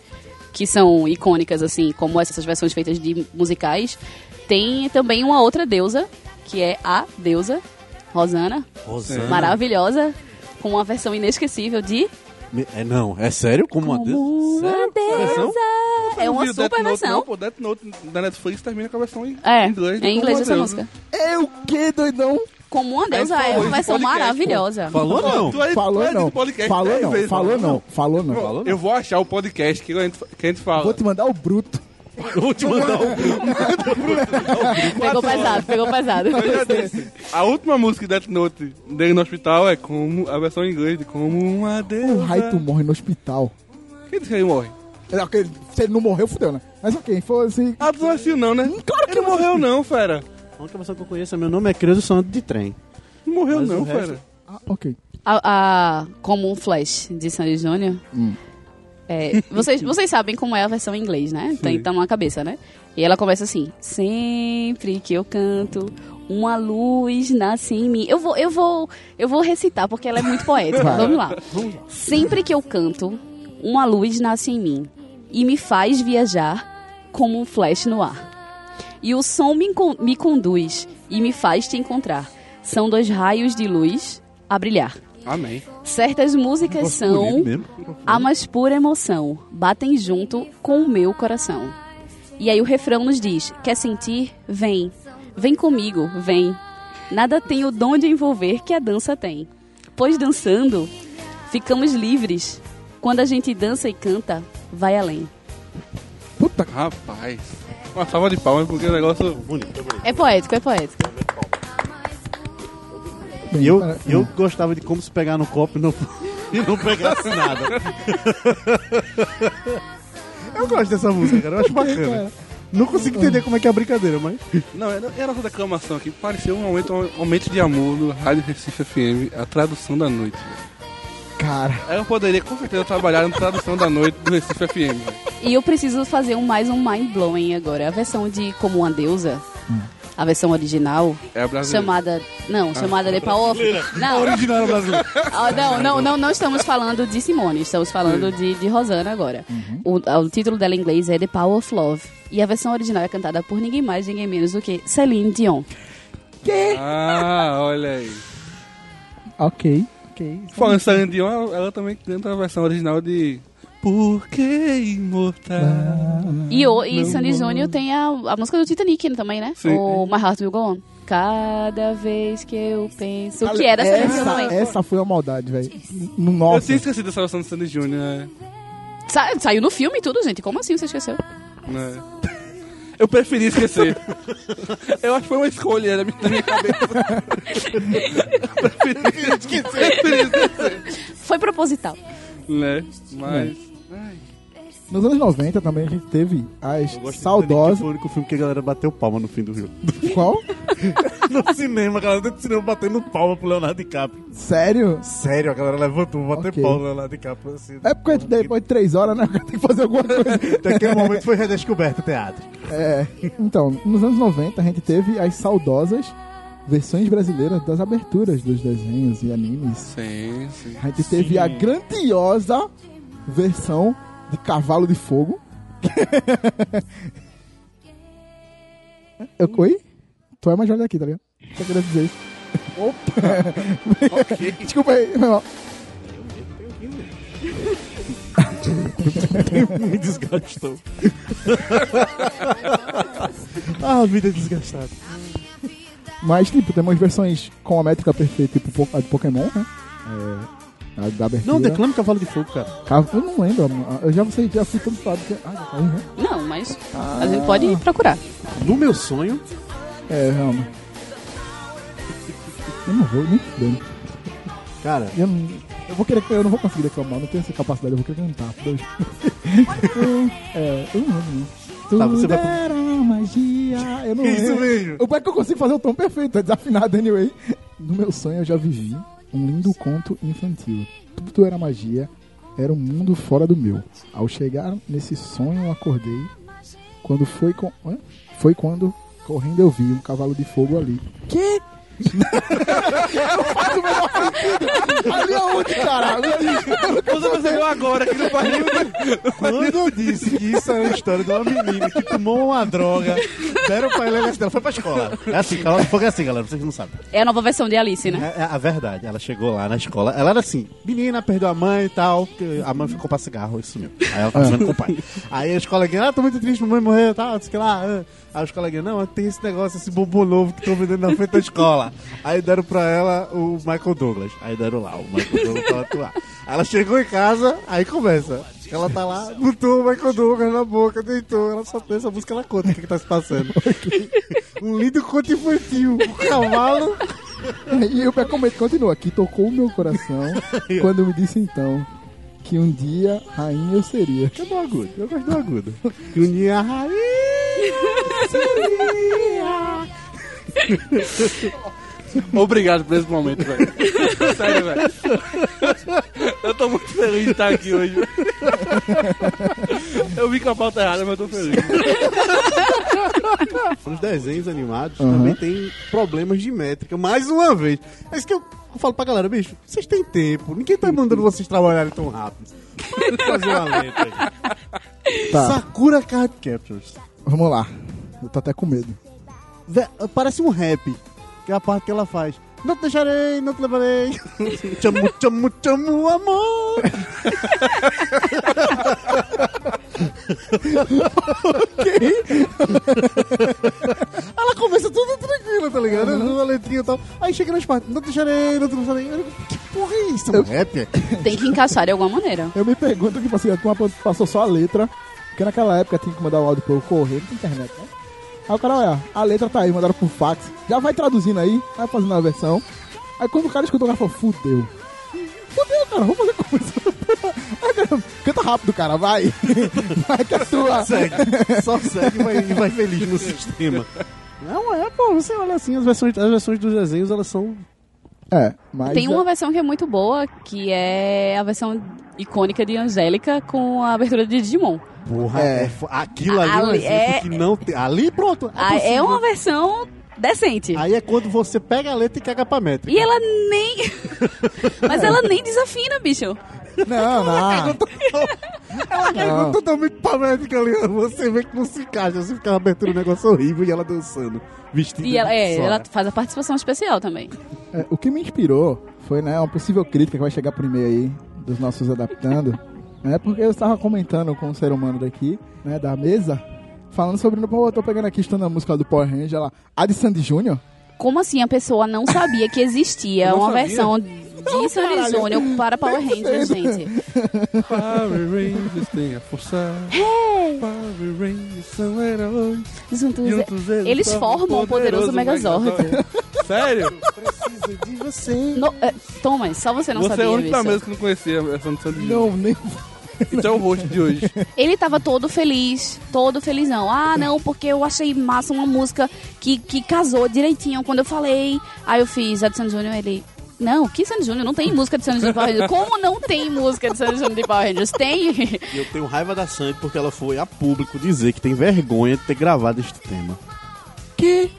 Speaker 4: que são icônicas, assim, como essas versões feitas de musicais, tem também uma outra deusa, que é a deusa, Rosana,
Speaker 2: Rosana.
Speaker 4: maravilhosa, com uma versão inesquecível de
Speaker 2: Me- É, não, é sério? Como uma
Speaker 4: Como
Speaker 2: deusa?
Speaker 4: uma
Speaker 3: Versão?
Speaker 4: deusa. É uma
Speaker 3: Viu Death
Speaker 4: super
Speaker 3: Note, Não,
Speaker 4: versão.
Speaker 3: pô, Death Note da Netflix termina com a versão em
Speaker 4: É,
Speaker 3: em inglês. né?
Speaker 4: em inglês essa
Speaker 3: Deus.
Speaker 4: música.
Speaker 1: É o que, doidão?
Speaker 4: Como uma deusa
Speaker 3: falou
Speaker 4: é
Speaker 3: isso
Speaker 4: uma
Speaker 3: no
Speaker 4: versão
Speaker 3: podcast, pô.
Speaker 4: maravilhosa.
Speaker 2: Falou não?
Speaker 3: Tu é- tu
Speaker 1: Falou
Speaker 3: é
Speaker 1: não,
Speaker 3: do podcast
Speaker 1: falou
Speaker 3: dez
Speaker 1: não,
Speaker 3: vezes,
Speaker 1: falou
Speaker 3: né?
Speaker 1: não, falou não.
Speaker 3: Bom, Eu vou achar o podcast que a gente, que a gente fala.
Speaker 1: Vou te mandar o bruto.
Speaker 2: Vou te mandar um
Speaker 4: Pegou pesado, pegou pesado.
Speaker 3: Eu já disse, A última música de Death Note dele no hospital é como a versão em inglês de Como uma deusa.
Speaker 1: O Raito morre no hospital.
Speaker 3: Quem disse que ele morre?
Speaker 1: É, ok, Se ele não morreu, fudeu, né? Mas ok, fosse...
Speaker 3: Ah, tu não assistiu não, né?
Speaker 1: Claro que
Speaker 3: ele
Speaker 1: eu não
Speaker 3: morreu não, fera.
Speaker 2: A única pessoa que eu conheço, meu nome é Creuso Santo de Trem.
Speaker 3: Não morreu
Speaker 2: Mas
Speaker 3: não,
Speaker 2: o resto-
Speaker 3: fera.
Speaker 1: Ah, ok.
Speaker 4: a, a Como um Flash de Sandy Júnior. É, vocês, vocês sabem como é a versão em inglês, né? Tem, tá na cabeça, né? E ela começa assim: Sempre que eu canto, uma luz nasce em mim. Eu vou, eu vou, eu vou recitar porque ela é muito poética.
Speaker 1: Vai.
Speaker 4: Vamos lá. Sempre que eu canto, uma luz nasce em mim e me faz viajar como um flash no ar. E o som me, con- me conduz e me faz te encontrar. São dois raios de luz a brilhar.
Speaker 3: Amém.
Speaker 4: Certas músicas são
Speaker 2: mesmo.
Speaker 4: a mais pura emoção, batem junto com o meu coração. E aí o refrão nos diz: quer sentir? Vem. Vem comigo, vem. Nada tem o dom de envolver que a dança tem. Pois dançando, ficamos livres. Quando a gente dança e canta, vai além.
Speaker 1: Puta,
Speaker 3: Rapaz. Uma salva de palmas, porque o negócio.
Speaker 2: Bonito, bonito.
Speaker 4: É poético, é poético.
Speaker 1: Bem,
Speaker 2: E eu,
Speaker 1: para-
Speaker 2: eu gostava de como se pegar no copo e não, e não pegasse nada. eu gosto dessa música, cara. Eu acho bacana.
Speaker 1: Cara,
Speaker 2: Não consigo entender como é que é a brincadeira, mas.
Speaker 3: Não, é, era, era essa declamação aqui. Pareceu um momento, um momento de amor no Rádio Recife FM, a tradução da noite.
Speaker 1: cara,
Speaker 3: Aí eu poderia com certeza trabalhar na tradução da noite do Recife FM.
Speaker 4: E eu preciso fazer um, mais um mind blowing agora. A versão de Como uma Deusa, a versão original,
Speaker 3: É a brasileira.
Speaker 4: chamada. Não, chamada The Power of. Não,
Speaker 2: Original no Brasil.
Speaker 4: ah, não, não, não, não estamos falando de Simone, estamos falando de, de Rosana agora. O, ah, o título dela em inglês é The Power of Love. E a versão original é cantada por ninguém mais, ninguém menos do que Celine Dion.
Speaker 3: Ah, olha aí.
Speaker 1: ok, ok.
Speaker 3: Falando em Celine Dion, ela, ela também canta a versão original de Por que Imortal?
Speaker 4: E, o, e Sandy Júnior tem a, a música do Titanic também, né?
Speaker 3: Sim.
Speaker 4: O My Heart Will Go On. Cada vez que eu penso. O que era Celine Dion
Speaker 1: essa, é.
Speaker 4: também.
Speaker 1: essa foi a maldade, velho. No
Speaker 3: Eu
Speaker 1: nosso.
Speaker 3: tinha esquecido dessa versão do Sandy Júnior, né?
Speaker 4: Sa- saiu no filme e tudo, gente. Como assim você esqueceu?
Speaker 3: Né? Eu preferi esquecer. Eu acho que foi uma escolha da minha, da minha cabeça. preferi esquecer. Preferi esquecer.
Speaker 4: Foi proposital.
Speaker 3: Né? Mas. ai,
Speaker 1: Nos anos 90 também a gente teve as
Speaker 2: Foi
Speaker 1: saudosas.
Speaker 2: o único filme que a galera bateu palma no fim do Rio.
Speaker 1: Qual?
Speaker 2: no cinema, a galera dentro do cinema batendo palma pro Leonardo DiCaprio.
Speaker 1: Sério?
Speaker 2: Sério, a galera levantou, bateu
Speaker 1: Ok.
Speaker 2: palma pro Leonardo DiCaprio. Assim,
Speaker 1: É porque depois de três horas, né? o cara Tem que fazer alguma coisa.
Speaker 2: Daquele momento foi redescoberto o teatro.
Speaker 1: É. Então, nos anos 90 a gente teve as saudosas versões brasileiras das aberturas dos desenhos e animes.
Speaker 3: sim, sim.
Speaker 1: A gente teve a grandiosa versão de Cavalo de Fogo. Eu, oi? Tu é mais velho daqui, tá ligado? Só queria dizer isso.
Speaker 3: Ok.
Speaker 1: Desculpa aí, meu irmão.
Speaker 2: Me desgastou. ah, vida desgastada.
Speaker 1: Mas, tipo, temos versões com a métrica perfeita, tipo po- a de Pokémon, né? É, a da abertura.
Speaker 2: Não, declama Cavalo de Fogo, cara.
Speaker 1: Cava- Ah, Eu não lembro, mano. eu já, sei, já fui todo falado que... Ah, já caiu, né?
Speaker 4: Não, mas a gente pode procurar.
Speaker 2: No meu sonho,
Speaker 1: É, realmente. Eu não vou, nem fudendo.
Speaker 2: cara,
Speaker 1: É. Eu, não- eu vou querer, eu não vou conseguir declamar, não tenho essa capacidade, eu vou querer cantar. Deus. é, eu não lembro. Tudo
Speaker 2: Tá, você vai-
Speaker 1: era magia, eu não
Speaker 2: Isso
Speaker 1: lembro.
Speaker 2: mesmo.
Speaker 1: O pior é que eu consigo fazer o tom perfeito, é desafinado anyway. No meu sonho eu já vivi um lindo conto infantil. Tudo era magia, era um mundo fora do meu. Ao chegar nesse sonho eu acordei, quando foi com... hã? Foi quando, correndo eu vi um cavalo de fogo ali. Que? Ali aonde, cara?
Speaker 3: Você percebeu agora que não faz
Speaker 2: Quando eu disse que isso era a história de uma menina que tomou uma droga, deram pra ela, ela foi pra escola. É assim, Cavalo de Fogo é assim, galera, vocês não sabem.
Speaker 4: É a nova versão de Alice, né?
Speaker 2: É, é a verdade, ela chegou lá na escola, ela era assim, menina, perdeu a mãe e tal, porque a mãe ficou pra cigarro e sumiu. Aí ela tá morando com o pai. Aí a escola ganha, ah, tô muito triste, mamãe morreu e tal, não sei o que lá. ah. Aí a escola ganha, não, tem esse negócio, esse bombom novo que estão vendendo na frente da escola. Aí deram pra ela o Michael Douglas. Aí deram lá o Michael Douglas pra ela atuar. Aí Ela chegou em casa, aí começa. Ela tá lá, botou o Michael Douglas na boca, deitou, ela só pensa a música, ela conta o que, que tá se passando. um lindo conto infantil, o cavalo
Speaker 1: E o Pecomete continua. Que tocou o meu coração quando me disse então que um dia rainha eu seria.
Speaker 2: Eu dou agudo, eu gosto do agudo. um Juninha Rainha seria.
Speaker 3: Obrigado por esse momento, velho. Sério, velho. Eu tô muito feliz de estar aqui hoje. Eu vim com a pauta errada, mas eu tô feliz.
Speaker 2: Os desenhos animados
Speaker 1: Aham.
Speaker 2: também tem problemas de métrica, mais uma vez. É isso que eu, eu falo pra galera, bicho, vocês têm tempo, ninguém tá mandando vocês trabalharem tão rápido. Vamos fazer uma letra aqui.
Speaker 1: Tá,
Speaker 2: Sakura Card Captures.
Speaker 1: vamos lá. Eu tô até com medo.
Speaker 2: Vé- Parece um rap, que é a parte que ela faz. Não te deixarei, não te levarei. Chamo, chamo, chamo, amor. Ela começa tudo tranquila, tá ligado? Uma letrinha e tal. Aí chega nas partes. Não te deixarei, não te levarei. Eu digo, Que porra é isso? É um rap?
Speaker 4: Tem que encaixar de alguma maneira.
Speaker 1: Eu me pergunto que tipo assim, a turma passou só a letra Porque naquela época tinha que mandar o áudio pro correio, não tem internet, né? Aí o cara, olha, a letra tá aí, mandaram por fax. Já vai traduzindo aí, vai fazendo a versão. Aí quando o cara escutou, o cara falou, fudeu. Fudeu, cara, vamos fazer como isso? Aí, cara, canta rápido, cara, vai. Vai que é tua.
Speaker 2: segue. Só segue e vai, e vai feliz no sistema. Não é, pô, você olha assim, as versões, as versões dos desenhos, elas são.
Speaker 1: É, mas...
Speaker 4: Tem uma versão que é muito boa, que é a versão icônica de Angélica com a abertura de Digimon.
Speaker 2: Porra,
Speaker 1: É.
Speaker 2: é fo- aquilo ali, é um
Speaker 4: Ali-
Speaker 2: exemplo
Speaker 4: é-
Speaker 2: que não tem. Ali pronto.
Speaker 4: Ah, é um-
Speaker 2: possível.
Speaker 4: uma versão decente.
Speaker 2: Aí é quando você pega a letra e caga pra métrica.
Speaker 4: E ela nem. Mas ela nem desafina, bicho.
Speaker 1: Não, não.
Speaker 2: Ela
Speaker 1: Não.
Speaker 4: Ah.
Speaker 2: cagou totalmente pra métrica ali. ó. Você vê que não se encaixa, você fica na abertura um negócio horrível e ela dançando. Vestida.
Speaker 4: E ela,
Speaker 2: de
Speaker 4: é,
Speaker 2: sora.
Speaker 4: ela faz a participação especial também.
Speaker 1: É, o que me inspirou foi né, uma possível crítica que vai chegar primeiro aí dos nossos adaptando. né, porque eu estava comentando com um ser humano daqui, né, da mesa, falando sobre. Pô, eu tô pegando aqui, estando a música do Power Ranger lá. A de Sandy Júnior?
Speaker 4: Como assim a pessoa não sabia que existia
Speaker 2: Eu não
Speaker 4: uma
Speaker 2: sabia.
Speaker 4: versão de Sandy
Speaker 1: caralho.
Speaker 4: Júnior para Power Rangers, gente?
Speaker 3: Power Rangers tem a força. Power Rangers são heróis.
Speaker 4: Juntos,
Speaker 3: Juntos eles,
Speaker 4: eles formam o poderoso Megazord.
Speaker 3: Sério?
Speaker 2: Precisa de você.
Speaker 4: No- eh, Thomas, só você não
Speaker 3: Você é
Speaker 4: sabia
Speaker 3: o único da mesa
Speaker 4: disso.
Speaker 3: que não conhecia essa noção de
Speaker 1: Não, nem.
Speaker 3: Então é o rosto de hoje.
Speaker 4: Ele tava todo feliz, todo felizão. Ah, não, porque eu achei massa uma música que, que casou direitinho quando eu falei. Aí eu fiz a de Sandy Júnior, ele... Não, que Sandy Júnior? Não tem música de Sandy Júnior de Power Rangers. Como não tem música de Sandy Júnior de Power Rangers? Tem.
Speaker 2: E eu tenho raiva da Sandy porque ela foi a público dizer que tem vergonha de ter gravado este tema.
Speaker 4: Que?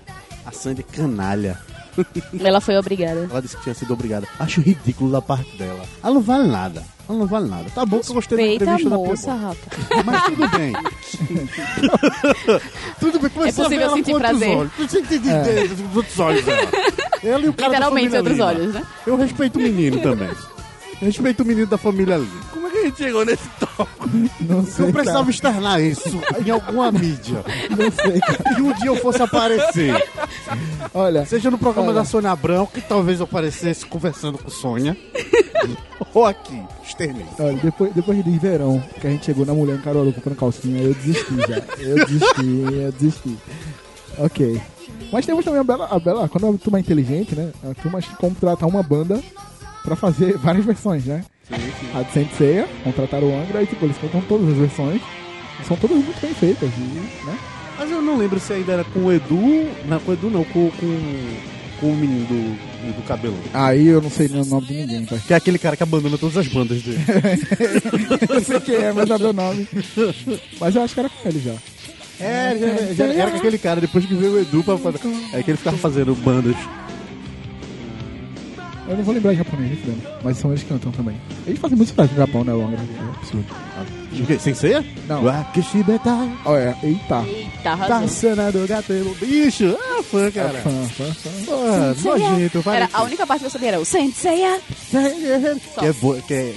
Speaker 2: A Sandy é canalha.
Speaker 4: Ela foi obrigada.
Speaker 2: Ela disse que tinha sido obrigada. Acho ridículo da parte dela. Ela não vale nada. Ela não vale nada. Tá bom que eu gostei da
Speaker 4: Respeita a
Speaker 2: entrevista
Speaker 4: moça,
Speaker 2: da Playboy. Mas tudo
Speaker 4: rapaz.
Speaker 2: bem. tudo bem. Começou
Speaker 4: É possível
Speaker 2: a ver ela
Speaker 4: sentir
Speaker 2: com outros
Speaker 4: prazer. É.
Speaker 2: olhos. Eu senti de- de- de- dos outros olhos dela. Ela e o cara da
Speaker 4: Literalmente,
Speaker 2: família
Speaker 4: outros
Speaker 2: Lima.
Speaker 4: olhos, né?
Speaker 2: Eu respeito o menino também. Eu respeito o menino da família Lima.
Speaker 3: Como é que a gente chegou nesse tópico?
Speaker 1: Não
Speaker 2: Eu
Speaker 1: sei.
Speaker 2: precisava
Speaker 1: Cara,
Speaker 2: externar isso em alguma mídia.
Speaker 1: não sei. cara.
Speaker 2: E um dia eu fosse aparecer.
Speaker 1: Olha,
Speaker 2: Seja no programa
Speaker 1: Olha.
Speaker 2: da Sônia Abrão, que talvez eu aparecesse conversando com Sônia. ou aqui, externei.
Speaker 1: olha depois, depois de verão, que a gente chegou na mulher em Carolu comprando calcinha, eu desisti já. Eu desisti, eu desisti. Ok. Mas temos também a Bela. A Bela, quando é uma turma inteligente, né? A turma contrata uma banda pra fazer várias versões, né? A de Saint Seiya, contrataram o Angra e tipo, eles cantam todas as versões. São todas muito bem feitas, e, né?
Speaker 2: Mas eu não lembro se ainda era com o Edu. Não, com o Edu não, com, com, com o menino do, do cabelo.
Speaker 1: Aí eu não sei o nome de ninguém, tá? pai.
Speaker 2: Que é aquele cara que abandona todas as bandas dele.
Speaker 1: Eu sei quem é, mas não é meu nome. Mas eu acho que era com ele já.
Speaker 2: é, já- já era com aquele cara, depois que veio o Edu pra fazer. É que ele ficava fazendo bandas.
Speaker 1: Eu não vou lembrar em japonês, esse dano. Mas são eles que cantam também. Eles fazem muito sucesso no Japão, né, o Angra? É absurdo.
Speaker 2: De quê? Sem ser?
Speaker 1: Não.
Speaker 2: Wakishibeta.
Speaker 1: Olha, eita.
Speaker 4: Eita,
Speaker 2: Tá
Speaker 4: arrasou.
Speaker 2: do gatelo. Bicho, é fã, cara.
Speaker 1: Fã, fã, fã.
Speaker 2: Porra, nojento, vai.
Speaker 4: Era a única parte que eu sabia era o Senseiya.
Speaker 2: Que é boa, que é...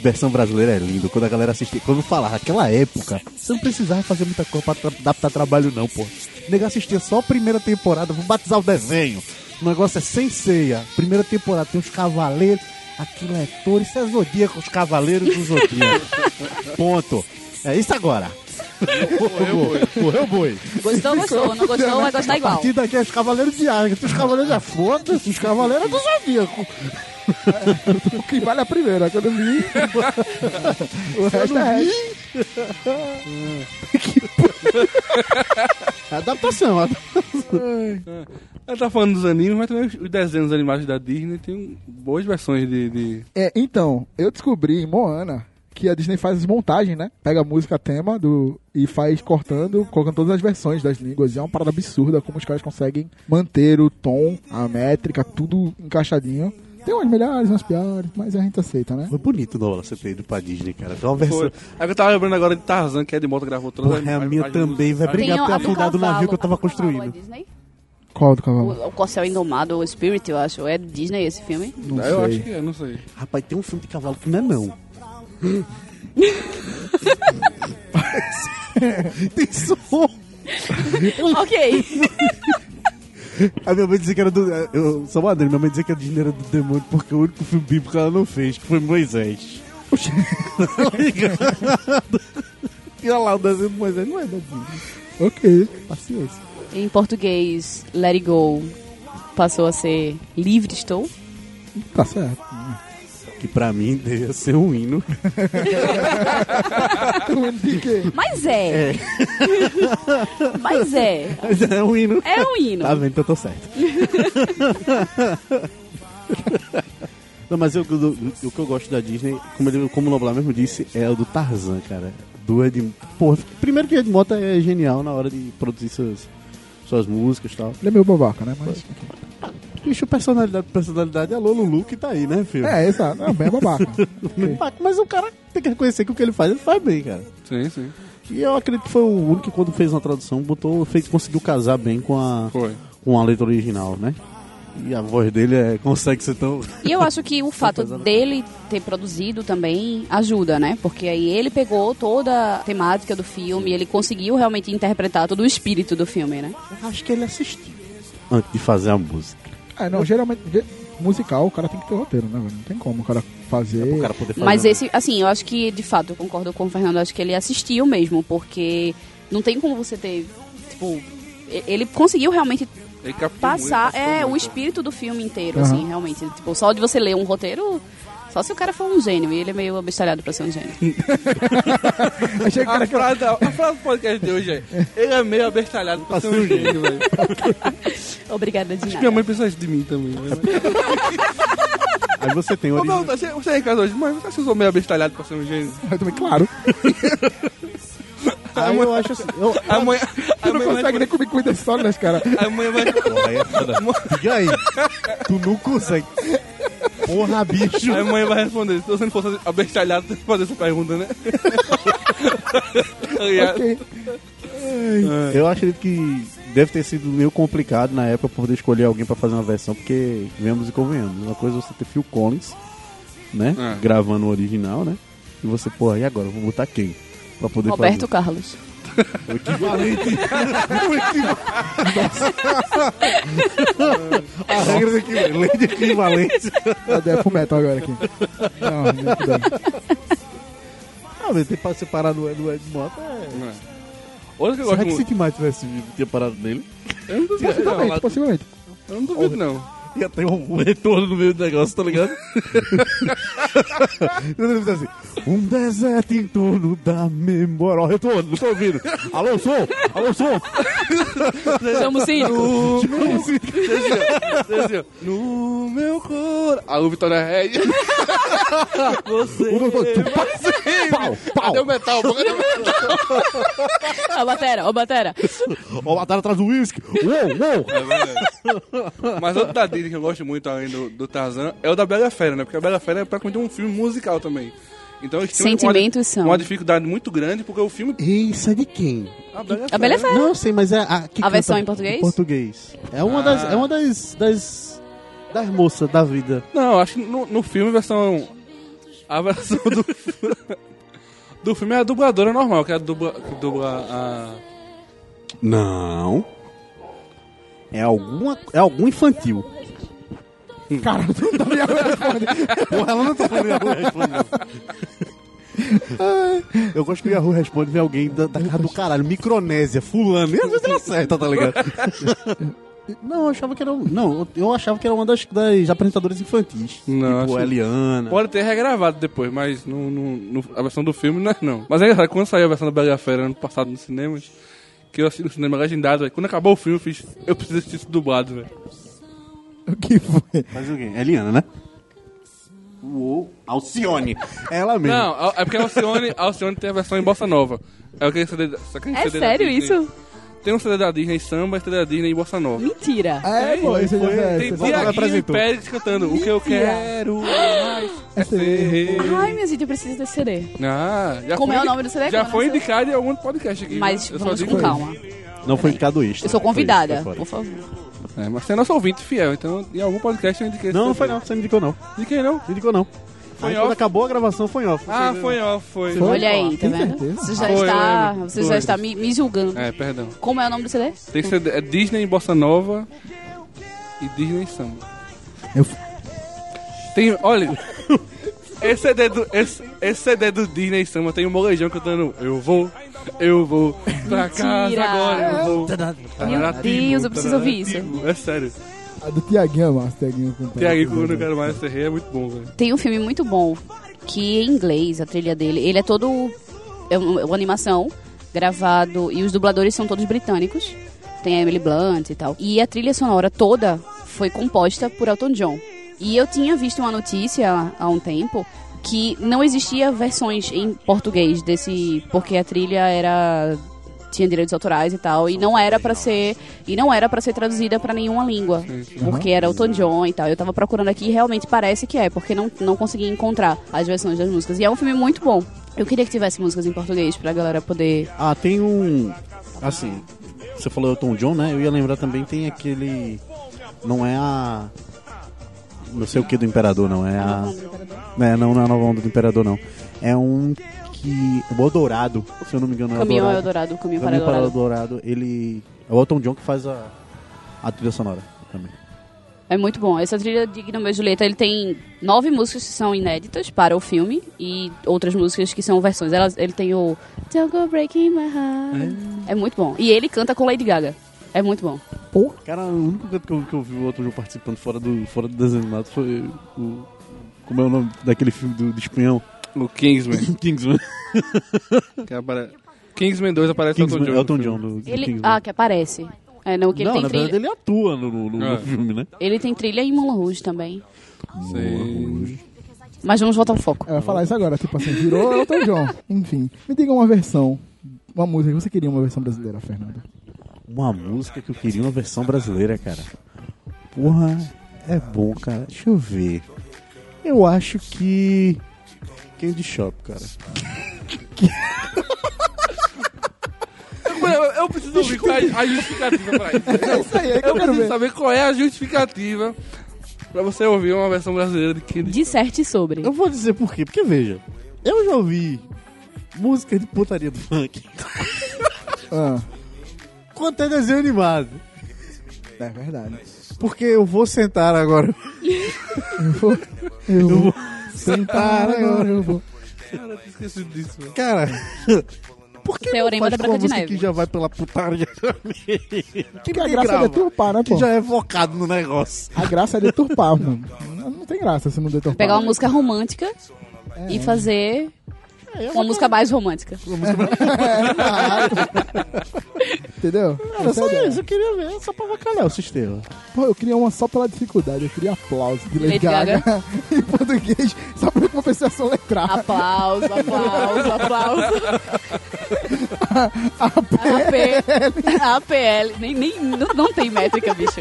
Speaker 2: Versão brasileira é lindo. Quando a galera assistia, quando falava naquela época, você não precisava fazer muita coisa pra tra adaptar trabalho, não, pô. O negócio assistia só a primeira temporada, vou batizar o desenho. O negócio é sem ceia. Primeira temporada tem os cavaleiros, aquilo é touro, isso é zodíaco, os cavaleiros do zodíaco. Ponto. É isso agora. Correu o boi. Correu o boi.
Speaker 4: Gostou, gostou. Não gostou, vai gostar
Speaker 2: A
Speaker 4: igual.
Speaker 2: partir daqui é os cavaleiros de águia, os cavaleiros da foda-se, os cavaleiros é do zodíaco.
Speaker 1: O que vale é a primeira, que eu não vi. o resto é resto.
Speaker 2: é Adaptação, adaptação.
Speaker 3: Ela tá falando dos animes, mas também os- os desenhos animados da Disney tem boas versões de. de-
Speaker 1: É, então, eu descobri em Moana que a Disney faz as montagens, né? Pega a música tema do e faz cortando, colocando todas as versões das línguas. E é uma parada absurda como os caras conseguem manter o tom, a métrica, tudo encaixadinho. Tem umas melhores, umas piores, mas a gente aceita, né?
Speaker 2: Foi bonito, Nola, você ter ido pra Disney, cara. Tem uma versão.
Speaker 3: Foi. Aí que eu tava lembrando agora de Tarzan, que é de moto gravou todas
Speaker 2: Porra,
Speaker 3: as-
Speaker 2: a minha
Speaker 3: as-
Speaker 2: também, vai
Speaker 3: as-
Speaker 2: brigar. Obrigado por ter
Speaker 4: a do
Speaker 2: afundado o navio que eu tava
Speaker 4: a do cavalo é
Speaker 2: construindo.
Speaker 4: Disney?
Speaker 1: Qual do cavalo?
Speaker 4: O, o Corcel Indomado, o Spirit, eu acho. É Disney esse filme?
Speaker 1: Não
Speaker 3: eu
Speaker 1: sei.
Speaker 3: acho que é, não sei.
Speaker 2: Rapaz, tem um filme de cavalo que não é não. tem som.
Speaker 4: ok.
Speaker 2: A minha mãe dizia que era do. Eu sou madeira, minha mãe dizia que a Disney era do demônio, porque o único filme bíblico que ela não fez, que foi Moisés. Tá ligado? tira lá o desenho do Moisés. Não é desenho.
Speaker 1: Ok, paciência.
Speaker 4: Em português, Let It Go passou a ser Livre Estou.
Speaker 1: Tá certo.
Speaker 2: Que pra mim devia ser um hino.
Speaker 1: De quê?
Speaker 4: Mas é. Mas é.
Speaker 2: Mas é um hino.
Speaker 4: É um hino.
Speaker 2: Tá vendo que eu tô certo. Não, mas eu- do- o que eu gosto da Disney, como, ele, como o Noblar mesmo disse, é o do Tarzan, cara. Do Ed... Porra, primeiro que Ed Mota é genial na hora de produzir suas, suas músicas e tal.
Speaker 1: Ele é meio babaca, né? Mas...
Speaker 2: Bicho, personalidade, personalidade é Lolo Lu que tá aí, né, filho?
Speaker 1: É, exato. É bem babaca. Ok.
Speaker 2: Mas o cara tem que reconhecer que o que ele faz, ele faz bem, cara.
Speaker 3: Sim, sim.
Speaker 2: E eu acredito que foi o único que quando fez uma tradução, botou, fez, conseguiu casar bem com a,
Speaker 3: Foi.
Speaker 2: com a letra original, né? E a voz dele é, consegue ser tão...
Speaker 4: E eu acho que o fato
Speaker 2: Tá pesado.
Speaker 4: dele ter produzido também ajuda, né? Porque aí ele pegou toda a temática do filme, ele conseguiu realmente interpretar todo o espírito do filme, né?
Speaker 2: Eu acho que ele assistiu antes de fazer a música.
Speaker 1: É, não, geralmente, ge- musical, o cara tem que ter roteiro, né, velho? Não tem como o cara fazer.
Speaker 2: O cara poder fazer
Speaker 4: Mas
Speaker 2: uma-
Speaker 4: esse, assim, eu acho que, de fato, eu concordo com o Fernando, eu acho que ele assistiu mesmo, porque não tem como você ter, tipo, e- ele conseguiu realmente
Speaker 3: Ele captou
Speaker 4: passar
Speaker 3: muito,
Speaker 4: é,
Speaker 3: captou
Speaker 4: o
Speaker 3: muito.
Speaker 4: espírito do filme inteiro,
Speaker 1: Aham.
Speaker 4: assim, realmente. Tipo, só de você ler um roteiro, só se o cara for um gênio, e ele é meio abestalhado pra ser um gênio.
Speaker 3: Hum.
Speaker 1: Achei que o
Speaker 3: A
Speaker 1: cara que...
Speaker 3: frase, a frase do podcast de hoje é: Ele é meio abestalhado pra ser um gênio, velho.
Speaker 4: Obrigada de
Speaker 3: Acho que minha
Speaker 4: nada.
Speaker 3: mãe pensa isso de mim também. Né?
Speaker 1: É
Speaker 2: Aí você tem o
Speaker 3: Ô,
Speaker 2: original.
Speaker 3: pergunta, você, você é em casa hoje, mas você acha que eu sou meio abestalhado pra ser um gênio?
Speaker 1: Eu também, claro.
Speaker 2: Aí eu acho assim... Eu...
Speaker 3: A mãe, a
Speaker 1: Tu não
Speaker 3: mãe vai-
Speaker 1: consegue nem comer comidas sólidas, cara.
Speaker 3: a mãe vai.
Speaker 2: Porra, aí é foda. E aí? Tu não consegue. Porra, bicho.
Speaker 3: A mãe vai responder, se você não fosse abestalhado, você fazer essa pergunta, né? Tá ligado?
Speaker 1: Ok.
Speaker 3: É.
Speaker 2: Eu acho que deve ter sido meio complicado na época poder escolher alguém pra fazer uma versão, porque vemos e convenhamos. Uma coisa é você ter Phil Collins, né?
Speaker 3: É.
Speaker 2: Gravando o original, né? E você, porra, e agora? Eu Vou botar quem? Pra poder
Speaker 4: Roberto Carlos.
Speaker 2: fazer. O equivalente. o equivalente. A regra do equivalente. de equivalente.
Speaker 1: Cadê? É pro metal agora aqui. Não, não fudeu.
Speaker 2: Ah, mas ter pa- separado o Ed o Ed Mota é...
Speaker 3: É. Outra que
Speaker 2: Será
Speaker 3: eu
Speaker 2: que
Speaker 3: gosto
Speaker 2: se
Speaker 3: muito.
Speaker 2: que mais tivesse vivo, tinha parado nele?
Speaker 3: Eu É, não duvido, não.
Speaker 1: Possivelmente,
Speaker 3: Lato.
Speaker 1: possivelmente.
Speaker 3: Eu não duvido, não.
Speaker 2: Ia ter um retorno no meio do negócio, tá ligado? Eu tô assim, um deserto em torno da memória. Ó, retorno, não tô ouvindo. Alô, som! Alô, som!
Speaker 4: Chama o síndico.
Speaker 3: Assim, ó, no meu cor. Alô, Vitória Reis.
Speaker 1: Um, dois, dois, tum, pá.
Speaker 2: Pau, pau!
Speaker 3: Cadê o metal? Cadê o metal?
Speaker 4: Ó, Batera, ó, Batera.
Speaker 2: Ó, mataram atrás do uísque. Uou, uou!
Speaker 3: Mas outro da Disney que eu gosto muito, além do, do Tarzan, é o da Bela Fera, né? Porque a Bela Fera é praticamente um filme musical também. Então eles têm uma-
Speaker 4: Sentimentos
Speaker 3: uma,
Speaker 4: são.
Speaker 3: dificuldade muito grande, porque o filme...
Speaker 2: Isso é de quem?
Speaker 3: A Bela
Speaker 4: A Bela é fera.
Speaker 2: Não, eu sei, mas é a. que
Speaker 4: A versão
Speaker 2: canta
Speaker 4: em português? Ah.
Speaker 2: português. É uma das. É uma das. das, das moças da vida.
Speaker 3: Não, acho que no, no filme a versão... A versão do... do filme é a dubladora normal, que é a dubla... Que dubla a...
Speaker 2: Não. É alguma. É algum infantil.
Speaker 1: Cara, tu também agora responde.
Speaker 2: Porra, ela não tá falando Yahoo Responde, não. Eu gosto que o Yahoo Responde vem alguém da, da cara do caralho, Micronésia, fulano. E às vezes ele acerta, tá ligado? Não, eu achava que era. um- Não, eu- eu achava que era uma das, das apresentadoras infantis.
Speaker 3: Não,
Speaker 2: tipo
Speaker 3: acho-
Speaker 2: Eliana.
Speaker 3: Pode ter regravado depois, mas no, no- no- a versão do filme não é não. Mas é engraçado, quando saiu a versão da Bela Fera ano passado nos cinemas, que eu assisti no cinema legendado, velho, quando acabou o filme eu fiz, eu preciso assistir isso dublado, velho.
Speaker 1: O que foi?
Speaker 2: Mas alguém? Eliana, né? Uou, Alcione. É ela mesmo.
Speaker 3: Não, a- é porque a Alcione, a Alcione tem a versão em bossa nova. É aquele CD, da- sabe aquele
Speaker 4: É
Speaker 3: CD da
Speaker 4: sério
Speaker 3: Disney?
Speaker 4: isso?
Speaker 3: Tem um CD da Disney samba e CD da Disney em bossa nova.
Speaker 4: Mentira.
Speaker 3: Ah.
Speaker 1: É, pô, esse já
Speaker 2: foi.
Speaker 1: é.
Speaker 3: Tem
Speaker 1: esse
Speaker 2: Bossa Nova
Speaker 3: Diaguinho e
Speaker 2: apresentou.
Speaker 3: Pérez cantando O que eu
Speaker 4: Mentira.
Speaker 3: quero mais é ser
Speaker 4: Ai, minha gente, eu preciso desse CD.
Speaker 3: ah, já
Speaker 4: Como
Speaker 3: foi
Speaker 4: é o
Speaker 3: indi-
Speaker 4: nome do
Speaker 3: Já
Speaker 4: CD? Como é o
Speaker 3: foi
Speaker 4: nome do
Speaker 3: indicado em algum podcast aqui né?
Speaker 4: Mas
Speaker 3: eu só
Speaker 4: vamos
Speaker 3: digo
Speaker 4: com
Speaker 3: isso.
Speaker 4: calma.
Speaker 2: não foi indicado isto.
Speaker 4: Eu sou
Speaker 2: Foi isso,
Speaker 4: convidada,
Speaker 2: foi
Speaker 4: por
Speaker 2: fora.
Speaker 4: favor.
Speaker 3: É, mas você é nosso ouvinte fiel, então em algum podcast eu indiquei
Speaker 2: Não, não
Speaker 3: esse
Speaker 2: foi
Speaker 3: CD.
Speaker 2: não, você não indicou não.
Speaker 3: De quem não?
Speaker 2: Indicou não.
Speaker 3: Foi
Speaker 2: Aí
Speaker 3: off.
Speaker 2: quando acabou a gravação foi em off.
Speaker 3: Ah,
Speaker 2: Você-
Speaker 3: foi, ó, foi.
Speaker 1: Foi?
Speaker 4: Olha aí, tá
Speaker 1: Tem
Speaker 4: vendo?
Speaker 1: certeza?
Speaker 4: Você já
Speaker 3: Foi,
Speaker 4: está,
Speaker 3: lembro.
Speaker 4: você
Speaker 3: Foi.
Speaker 4: já está me, me julgando.
Speaker 3: É, perdão.
Speaker 4: Como é o nome do CD?
Speaker 3: Tem que ser é Disney em Bossa Nova e Disney em Samba.
Speaker 1: Eu-
Speaker 3: Tem, olha, é esse CD do, esse, esse CD do Disney em Samba tem um molejão cantando Eu vou, Eu vou pra casa
Speaker 4: Mentira.
Speaker 3: agora. Eu vou.
Speaker 2: Tá,
Speaker 3: Tá,
Speaker 4: Meu Deus, eu preciso ouvir isso.
Speaker 3: É sério.
Speaker 1: A do Tiaguinho é massa, Tiaguinho com
Speaker 3: Tem aí que eu não quero mais ser rei, é muito bom, velho.
Speaker 4: Tem um filme muito bom que em inglês, a trilha dele, ele é todo é um- é uma animação gravado e os dubladores são todos britânicos. Tem a Emily Blunt e tal. E a trilha sonora toda foi composta por Elton John. E eu tinha visto uma notícia há um tempo que não existia versões em português desse porque a trilha era tinha direitos autorais e tal e não era pra ser e não era para ser traduzida pra nenhuma língua porque era Elton John e tal. Eu tava procurando aqui e realmente parece que é, porque não, não consegui encontrar as versões das músicas. E é um filme muito bom. Eu queria que tivesse músicas em português pra galera poder.
Speaker 2: Ah, tem um. Assim, você falou Elton John, né? Eu ia lembrar também, tem aquele. Não é a. Não sei o que do Imperador, não. É a. É, não, não é a nova onda do Imperador, não. É um que. O Eldorado, se eu não me engano, é o
Speaker 4: Caminho ao
Speaker 2: Eldorado.
Speaker 4: Eldorado, Caminho para
Speaker 2: Caminho para o
Speaker 4: Eldorado.
Speaker 2: Eldorado. Ele. É o Elton John que faz a, a trilha sonora também.
Speaker 4: É muito bom. Essa trilha de Guinomeu e Julieta, ele tem nove músicas que são inéditas para o filme e outras músicas que são versões. Elas, ele tem o Don't Go Breaking My Heart. É muito bom. E ele canta com Lady Gaga. É muito bom.
Speaker 2: Cara, o único canto que eu, que eu vi o outro João participando fora do, fora do desenho animado foi o. Como é o nome daquele filme do, do espião?
Speaker 3: O Kingsman.
Speaker 2: Kingsman.
Speaker 3: que apare... Kingsman 2 aparece Elton
Speaker 2: Kingsman,
Speaker 3: John.
Speaker 2: Elton
Speaker 3: no
Speaker 2: John.
Speaker 3: filme.
Speaker 2: Do, do
Speaker 4: Ele,
Speaker 2: Kingsman.
Speaker 4: ah, que aparece. É, não, que ele
Speaker 2: não,
Speaker 4: tem
Speaker 2: na verdade
Speaker 4: trilha.
Speaker 2: ele atua no, no- no
Speaker 3: É.
Speaker 2: filme, né?
Speaker 4: Ele tem trilha em Moulin Rouge também.
Speaker 3: Sim.
Speaker 4: Mas vamos voltar ao foco.
Speaker 1: Eu ia falar isso agora, tipo assim, virou Elton John. Enfim, me diga uma versão, uma música que você queria uma versão brasileira, Fernando.
Speaker 2: Uma música que eu queria uma
Speaker 3: É.
Speaker 2: versão brasileira, cara. Porra, é bom, cara. Deixa eu ver. Eu acho que. Candy Shop, cara.
Speaker 3: Mano, eu- eu preciso ouvir qual é a justificativa pra isso.
Speaker 1: É isso aí, é que eu
Speaker 3: Eu
Speaker 1: quero
Speaker 3: preciso
Speaker 1: ver.
Speaker 3: saber qual é a justificativa pra você ouvir uma versão brasileira de Kingsman.
Speaker 4: Disserte sobre.
Speaker 2: Eu vou dizer por quê, porque veja, eu já ouvi música de putaria do funk.
Speaker 1: Ah,
Speaker 2: Quanto é desenho animado.
Speaker 1: é verdade.
Speaker 2: Porque eu vou sentar agora.
Speaker 1: Eu vou, eu vou sentar agora, eu vou.
Speaker 3: Cara, eu tinha esquecido disso, mano.
Speaker 2: Cara. Por que não
Speaker 4: Teorema
Speaker 2: faz
Speaker 4: da
Speaker 2: com
Speaker 4: Branca
Speaker 2: uma
Speaker 4: de
Speaker 2: música
Speaker 4: Neve.
Speaker 2: que já vai pela putaria também?
Speaker 1: Porque a graça é deturpar, né,
Speaker 2: Que
Speaker 1: pô?
Speaker 2: já é focado no negócio.
Speaker 1: A graça é deturpar, mano. Não não tem graça se não deturpar.
Speaker 4: Pegar um uma música romântica
Speaker 2: É.
Speaker 4: e fazer uma música mais romântica.
Speaker 1: Entendeu?
Speaker 2: Era
Speaker 1: Essa é a
Speaker 2: só
Speaker 1: ideia.
Speaker 2: isso, eu queria ver, só pra bacalhar o sistema.
Speaker 1: Pô, eu queria uma só pela dificuldade, eu queria aplauso de Lady
Speaker 4: Lady
Speaker 1: Gaga,
Speaker 4: Gaga.
Speaker 1: em português, só pra compensação letrar.
Speaker 4: Aplauso, aplauso, aplauso. APL. APL. Nem, nem, não, não tem métrica, bicho.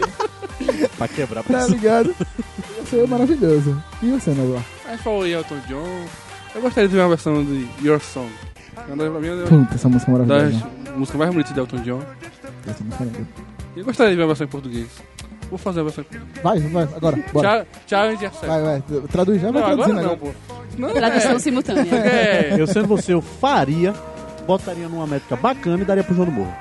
Speaker 2: Pra quebrar pra
Speaker 1: Tá ligado? Isso é maravilhoso. E você, né, Naguá?
Speaker 3: Mas falou aí Elton John. Eu gostaria de ver uma versão de Your Song. É Uma das, pra mim, é uma
Speaker 1: Puta, essa música é
Speaker 3: das
Speaker 1: maravilhosa.
Speaker 3: músicas mais bonitas de Elton John.
Speaker 1: Essa música é maravilhosa.
Speaker 3: E eu gostaria de ver uma versão em português. Vou fazer uma versão em português.
Speaker 1: Vai, vai, agora, bora.
Speaker 3: Tchau, tchau, e acerta.
Speaker 1: Vai, né, vai, tra- traduz já, vai
Speaker 3: Não, agora
Speaker 1: traduzindo
Speaker 3: não,
Speaker 1: agora.
Speaker 3: pô. Não,
Speaker 4: Tradução simultânea.
Speaker 3: é.
Speaker 2: Eu sendo você, eu faria, botaria numa métrica bacana e daria pro João do Morro.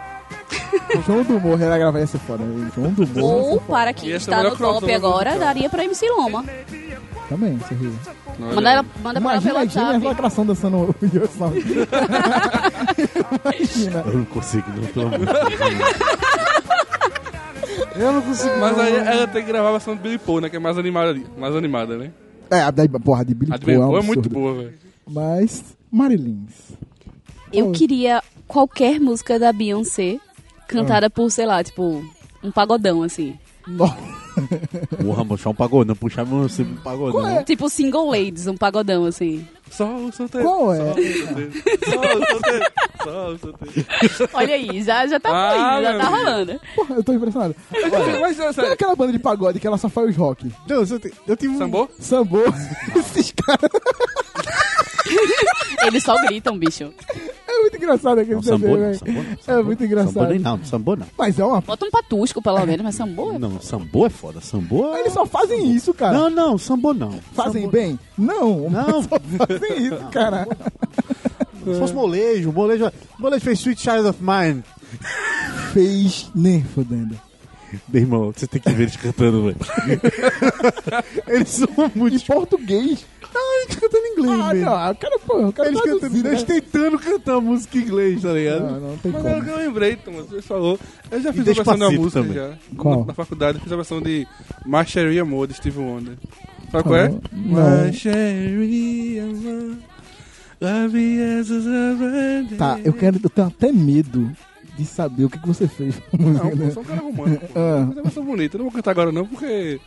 Speaker 1: O João do Morro era gravar essa foda. né? O João do Morro
Speaker 4: Ou, para quem
Speaker 3: Ia ser
Speaker 4: está
Speaker 3: melhor
Speaker 4: no
Speaker 3: que o
Speaker 4: top
Speaker 3: Elton John.
Speaker 4: agora, daria pra MC Loma.
Speaker 1: também, você riu.
Speaker 3: Não,
Speaker 4: Manda, ela, manda pra ela pelo
Speaker 1: Imagina a Gina
Speaker 4: WhatsApp.
Speaker 1: lacração dançando o Your Song. Imagina.
Speaker 2: Eu não consigo, não, pelo amor de Deus.
Speaker 1: Eu não consigo.
Speaker 3: Mas aí ela tem que gravar a versão do Billy Paul, né? Que é mais animada, ali- mais animada né?
Speaker 1: É, a da, porra, de Billy
Speaker 3: A do
Speaker 1: Paul é,
Speaker 3: Billy
Speaker 1: um
Speaker 3: Paul é muito
Speaker 1: absurdo.
Speaker 3: boa, velho.
Speaker 1: Mas, Marilins.
Speaker 4: Eu queria qualquer música da Beyoncé cantada por, sei lá, tipo, um pagodão, assim.
Speaker 1: Nossa.
Speaker 2: Porra, puxar um pagodão, puxar meu sempre um
Speaker 1: Qual é?
Speaker 2: pagodão.
Speaker 4: Tipo single ladies, um pagodão, assim.
Speaker 3: Só o solteiro.
Speaker 1: Qual é?
Speaker 3: Só o solteiro. Só o solteiro.
Speaker 4: Olha aí, já, já tá
Speaker 3: Ah,
Speaker 4: fluindo, já
Speaker 3: meu
Speaker 4: tá
Speaker 3: Deus.
Speaker 4: rolando.
Speaker 1: Porra, eu tô impressionado.
Speaker 3: Mas, mas,
Speaker 1: Tem
Speaker 3: sério.
Speaker 1: aquela banda de pagode que ela só faz os rock.
Speaker 2: Deus, eu, te- eu tive um...
Speaker 3: Sambô?
Speaker 1: Sambô. Esses caras.
Speaker 4: Eles só gritam, bicho.
Speaker 1: É muito engraçado aquele
Speaker 2: Não, sambô,
Speaker 1: velho.
Speaker 2: não, sambô, não,
Speaker 1: É
Speaker 2: sambô.
Speaker 1: muito engraçado.
Speaker 2: Sambô nem não, sambô não.
Speaker 1: Mas é uma.
Speaker 4: Bota um patusco, pelo menos, mas samboa.
Speaker 2: Não, sambô é foda, sambô... é-
Speaker 1: Eles só fazem isso, cara.
Speaker 2: Não, não, sambô não.
Speaker 1: fazem
Speaker 2: Sambô-
Speaker 1: bem? Não.
Speaker 2: Não.
Speaker 1: Só fazem isso, cara.
Speaker 2: Se fosse molejo, molejo... Molejo fez Sweet Child of Mine.
Speaker 1: Fez nem fodendo.
Speaker 2: Meu irmão, você tem que ver eles cantando, velho. eles são muito...
Speaker 1: Em português.
Speaker 3: tá
Speaker 2: Ah, eles cantando em inglês,
Speaker 1: Ah,
Speaker 2: velho.
Speaker 1: não, eu quero, pô, eu quero
Speaker 2: Eles cantando,
Speaker 1: traduzir,
Speaker 2: eles
Speaker 1: né?
Speaker 2: tentando cantar música em inglês, tá ligado?
Speaker 1: Não, não tem
Speaker 3: Mas agora que
Speaker 1: como.
Speaker 3: eu lembrei, Thomas, você falou. Eu já
Speaker 2: E
Speaker 3: fiz a versão da
Speaker 2: Despacito
Speaker 3: música
Speaker 2: também.
Speaker 3: já.
Speaker 1: Qual?
Speaker 3: Na, na faculdade, eu fiz a versão de My Cherry Amor, de Steve Wonder. Sabe qual
Speaker 1: Ah,
Speaker 3: é?
Speaker 1: não.
Speaker 3: My Cherry Amor. Love as a
Speaker 1: Tá, eu quero, eu tenho até medo de saber o que, que você fez com a música,
Speaker 3: Não, pô, eu
Speaker 1: né?
Speaker 3: sou um cara romântico. pô.
Speaker 1: Ah.
Speaker 3: Mas é uma versão bonita. Eu não vou cantar agora, não, porque.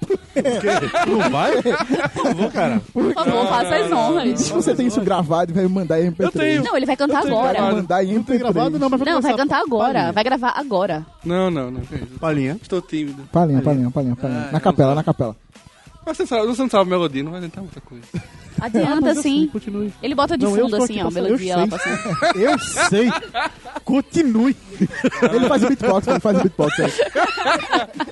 Speaker 2: Não vai? Não vou, cara.
Speaker 4: Por favor, faça as honras.
Speaker 1: Se você tem isso gravado e vai mandar em MP3.
Speaker 3: Eu tenho.
Speaker 4: Não, ele vai cantar
Speaker 3: Eu tenho
Speaker 4: agora.
Speaker 1: Vai mandar em MP3.
Speaker 2: gravado, não, mas
Speaker 4: Não, vai cantar agora. Vai gravar agora.
Speaker 3: Não, não, não. que isso.
Speaker 2: Palhinha.
Speaker 3: Estou tímido.
Speaker 1: Palinha, palinha, palinha, palinha.
Speaker 3: Ah,
Speaker 1: Na
Speaker 3: eu
Speaker 1: capela,
Speaker 3: vou.
Speaker 1: na capela.
Speaker 3: Mas você, sabe, você não sabe a melodia, não vai tentar muita coisa.
Speaker 4: Adianta, assim.
Speaker 2: Continue.
Speaker 4: Ele bota de
Speaker 2: Não, eu
Speaker 4: fundo,
Speaker 2: tô
Speaker 4: assim,
Speaker 2: aqui
Speaker 4: ó, a
Speaker 2: passando-
Speaker 4: melodia
Speaker 2: eu
Speaker 4: lá
Speaker 2: sei.
Speaker 4: passando.
Speaker 2: Eu sei. Continue.
Speaker 1: Ele faz o beatbox, ele faz o beatbox. é.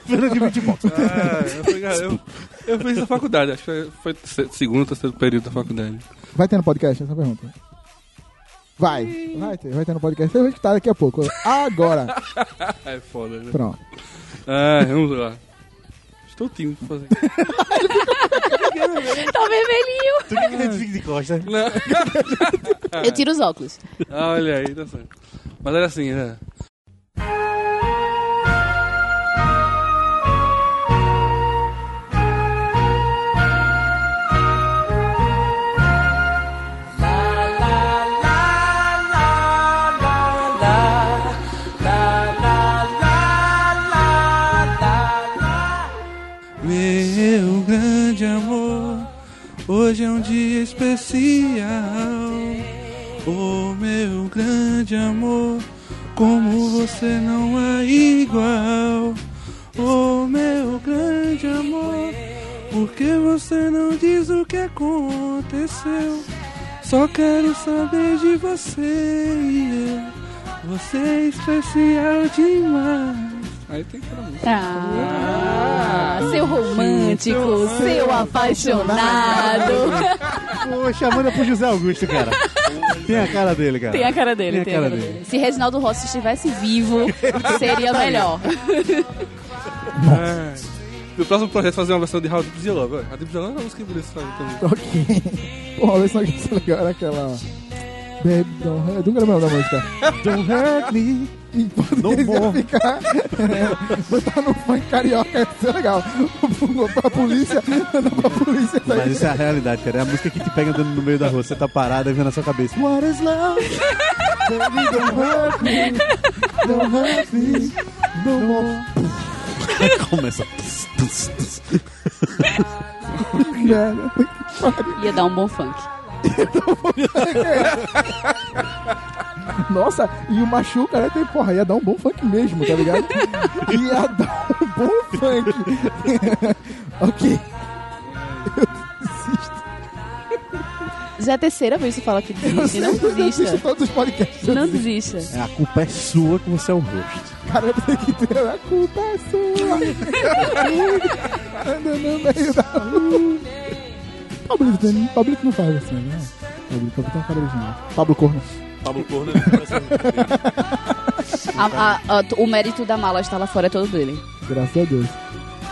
Speaker 2: Feira de beatbox.
Speaker 3: Ah, eu, fui- eu, eu fiz na faculdade, acho que foi, foi segundo ou terceiro período da faculdade.
Speaker 1: Vai ter no podcast essa pergunta? Vai, vai ter, vai ter no podcast. Eu vejo que tá daqui a pouco. Agora.
Speaker 3: É foda, né?
Speaker 1: Pronto.
Speaker 3: Ah, vamos lá. Estou tímido pra fazer.
Speaker 4: Tá vermelhinho.
Speaker 2: Tu que identifica de costa.
Speaker 3: Não.
Speaker 4: Eu tiro os óculos.
Speaker 3: Ah, olha aí, tá certo. Mas era assim, era. Meu grande amor, hoje é um dia especial. Oh, meu grande amor, como você não é igual. Oh, meu grande amor, por que você não diz o que aconteceu? Só quero saber de você e eu. Você é especial demais. Aí tem que falar música.
Speaker 4: Ah, seu romântico, seu apaixonado.
Speaker 2: Poxa, manda pro José Augusto, cara. Tem a cara dele, cara.
Speaker 4: Tem a cara dele,
Speaker 2: Tem
Speaker 4: tem
Speaker 2: a
Speaker 4: a
Speaker 2: cara
Speaker 4: cara dele. Se Reginaldo Rossi estivesse vivo, seria melhor.
Speaker 3: É. Meu próximo projeto é fazer uma versão de How Deep Is Your Love. vai. How Deep Is Your Love é uma música bonita sabe, também.
Speaker 1: Ok. Pô, vê só que isso é legal era aquela. ó. Baby, don't hurt. Nunca lembro o nome da música.
Speaker 2: Don't hurt me.
Speaker 1: Em português
Speaker 2: vou.
Speaker 1: ia ficar. é, Botar no funk carioca ia ser legal. Pra polícia. Não, pra polícia. tá
Speaker 2: Mas
Speaker 1: aí.
Speaker 2: isso é a realidade, cara. É a música que te pega andando no meio da rua. Você tá parado e vendo na sua cabeça. What is love? Baby, don't hurt me. Don't hurt me. No more. É Começa.
Speaker 4: Ia dar um bom funk.
Speaker 1: Nossa, e o Machuca, né? Tem, porra, ia dar um bom funk mesmo, tá ligado? ia dar um bom funk. ok.
Speaker 4: Já é a terceira vez que você fala que desiste. Não
Speaker 1: Eu assisto
Speaker 4: desista.
Speaker 1: todos os podcasts.
Speaker 4: Não desista.
Speaker 2: É, A culpa é sua que você é o rosto.
Speaker 1: Cara, eu tenho que ter a culpa é sua. Andando no meio da rua. Pablito, né? Pablito não faz assim, né? Pablito, Pablito é um cara original. Pablo Corno.
Speaker 3: Pablo Corno.
Speaker 4: A- a- a- o mérito da mala estar lá fora é todo dele.
Speaker 1: Graças a Deus.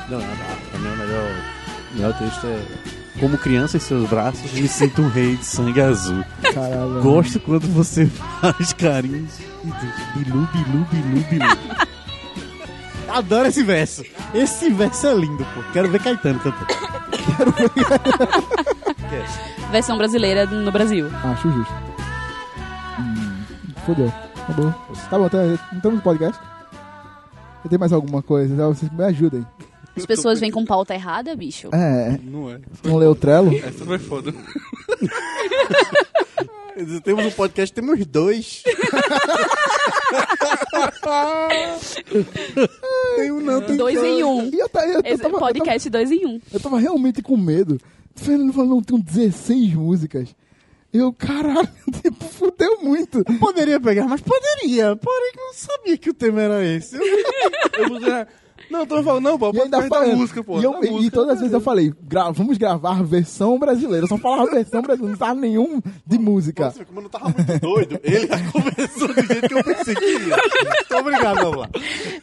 Speaker 2: Não, não, não. Pra mim é o melhor, o melhor texto é... Como criança em seus braços, me sinto um rei de sangue azul.
Speaker 1: Caralho.
Speaker 2: Gosto quando você faz carinho. Bilu, bilu, bilu, bilu. Adoro esse verso. Esse verso é lindo, pô. Quero ver Caetano cantando.
Speaker 4: Versão brasileira no Brasil.
Speaker 1: Acho justo. Hum, fodeu. Acabou. Tá bom, tá, não estamos no podcast. Eu tenho mais alguma coisa, tá? vocês me ajudem.
Speaker 4: As pessoas vêm com pauta errada, bicho.
Speaker 1: É,
Speaker 3: Não é.
Speaker 1: não leu o Trello?
Speaker 3: Essa foi foda.
Speaker 2: Temos um podcast, temos dois.
Speaker 1: Tem um não, tem
Speaker 4: Dois em um.
Speaker 1: E eu, tá- eu, eu,
Speaker 4: Esse
Speaker 1: tava, eu, tava,
Speaker 4: podcast 2 em 1. Um.
Speaker 1: eu tava realmente com medo. O Fernando falou, não, tem 16 músicas. Eu, caralho, tipo, fudeu muito.
Speaker 2: Poderia pegar, mas poderia. Porém, eu não sabia que o tema era esse. Eu-
Speaker 3: Eu vou dizer, Não, tô falando, não, pô,
Speaker 1: E
Speaker 3: pode
Speaker 1: ainda
Speaker 3: perder da
Speaker 1: falando.
Speaker 3: música, pô.
Speaker 1: E, eu-
Speaker 3: da
Speaker 1: e- e
Speaker 3: música. é
Speaker 1: todas as vezes eu falei, gra- vamos gravar versão brasileira. Eu só falava versão brasileira, não tava nenhum de música.
Speaker 2: Nossa, como eu não tava muito doido, ele já começou do jeito que eu pensei que ia. Muito obrigado, vamos lá.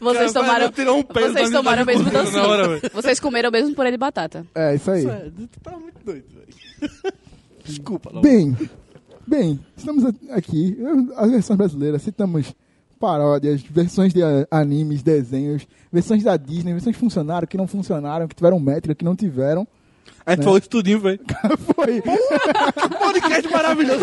Speaker 4: Vocês
Speaker 3: Cara,
Speaker 4: tomaram.
Speaker 3: vai tirar um peso
Speaker 4: vocês
Speaker 3: da
Speaker 4: tomaram o
Speaker 3: minha
Speaker 4: mesmo
Speaker 3: bunda na hora,
Speaker 4: docinho.
Speaker 3: velho.
Speaker 4: Vocês comeram o mesmo purê de batata.
Speaker 1: É, isso aí.
Speaker 2: Sério, tu tava muito doido, velho. Desculpa, Laura.
Speaker 1: Bem, bem, estamos a- aqui. eu- As versões brasileiras, citamos paródias, versões de ah, animes, desenhos, versões da Disney, versões que funcionaram, que não funcionaram, que tiveram métrica, que não tiveram.
Speaker 3: A gente falou de tudinho, velho.
Speaker 1: Foi.
Speaker 2: Podcast maravilhoso.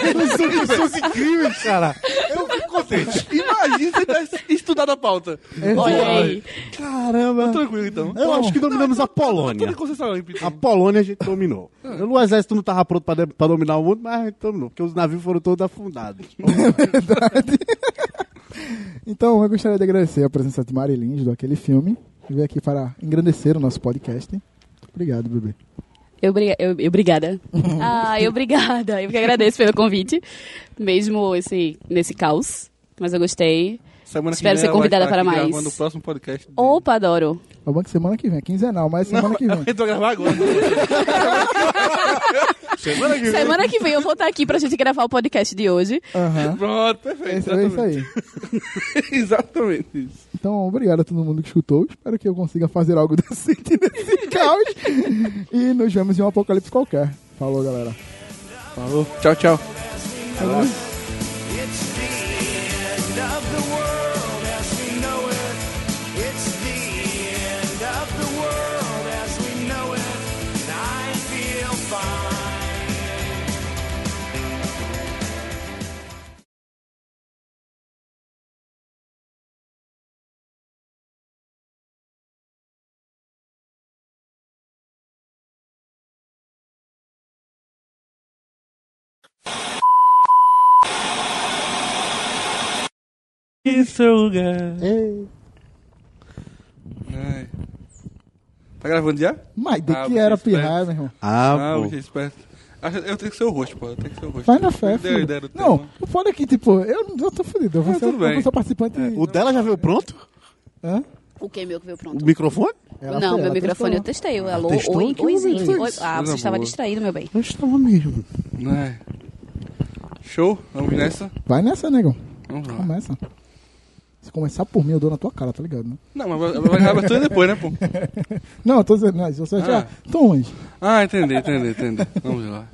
Speaker 3: Pessoas incríveis, cara. Eu fico contente. Imagina você ter estudado a pauta.
Speaker 1: É
Speaker 4: Olha aí.
Speaker 2: Caramba.
Speaker 3: Tranquilo, então.
Speaker 2: Eu acho que dominamos a Polônia.
Speaker 3: Toda concessão olímpica. então.
Speaker 2: A Polônia a gente dominou. O exército não estava pronto para dominar o mundo, mas a gente dominou, porque os navios foram todos afundados.
Speaker 1: Então, eu gostaria de agradecer a presença de Mari Lins, do Aquele Filme, que veio aqui para engrandecer o nosso podcast. Muito Obrigado, bebê.
Speaker 4: Eu, briga- eu, eu obrigada. ah, eu obrigada. Eu que agradeço pelo convite. Mesmo esse, nesse caos. Mas eu gostei.
Speaker 3: Semana que
Speaker 4: Espero
Speaker 3: vem
Speaker 4: ser
Speaker 3: ela vai
Speaker 4: convidada
Speaker 3: estar aqui
Speaker 4: para mais.
Speaker 3: gravando o próximo podcast. dele.
Speaker 4: Opa, adoro.
Speaker 1: É bom que semana que vem, é quinzenal, mas semana que vem.
Speaker 3: Eu tô gravar agora. Semana que vem.
Speaker 4: Semana que vem eu vou estar aqui pra gente gravar o podcast de hoje.
Speaker 1: Aham.
Speaker 3: Pronto, perfeito.
Speaker 1: Esse é isso aí.
Speaker 3: exatamente. Exatamente isso.
Speaker 1: Então, obrigado a todo mundo que escutou. Espero que eu consiga fazer algo decente nesse caos. E nos vemos em um apocalipse qualquer. Falou, galera.
Speaker 3: Falou. Tchau, tchau.
Speaker 6: It's the end of the world as we know it. It's the end of the world as we know it. And I feel fine.
Speaker 3: Isso, lugar.
Speaker 1: Ei.
Speaker 3: Tá gravando já?
Speaker 1: Mas de
Speaker 3: Ah,
Speaker 1: que
Speaker 3: você
Speaker 1: era
Speaker 3: espera.
Speaker 1: pirraia, meu irmão?
Speaker 3: Ah,
Speaker 2: Ah,
Speaker 3: o que esperto. Acho- Eu tenho que ser o rosto, pô. Eu tenho que ser o rosto.
Speaker 1: Vai na fé,
Speaker 3: Eu dei a
Speaker 1: filho.
Speaker 3: ideia do tema.
Speaker 1: Não, o foda é que, tipo, eu não eu tô fudido. Eu vou
Speaker 3: Ah,
Speaker 1: ser,
Speaker 3: tudo bem. É,
Speaker 1: eu vou ser participante.
Speaker 2: o dela já veio pronto?
Speaker 1: Hã?
Speaker 4: O que meu que veio pronto?
Speaker 2: O microfone?
Speaker 1: Ela
Speaker 4: não,
Speaker 1: foi,
Speaker 4: meu
Speaker 1: ela
Speaker 4: microfone eu
Speaker 1: testou.
Speaker 4: testei. Eu- Alô,
Speaker 2: testou?
Speaker 4: oi,
Speaker 2: Como
Speaker 4: oizinho.
Speaker 2: foi isso?
Speaker 4: Oi. Ah,
Speaker 3: Coisa
Speaker 4: você estava
Speaker 3: boa.
Speaker 4: distraído, meu bem.
Speaker 2: Eu estava mesmo.
Speaker 3: Ai. Show? Vamos nessa?
Speaker 1: Vai nessa, negão.
Speaker 3: Vamos lá.
Speaker 1: Começa. Se começar por mim, eu dou na tua cara, tá ligado? né?
Speaker 3: Não, mas vai- vai gravar tudo depois, né, pô?
Speaker 1: Não, eu tô dizendo, mas você já Então,
Speaker 3: Ah.
Speaker 1: tão longe.
Speaker 3: Ah, entendi, entendi, entendi. Vamos lá.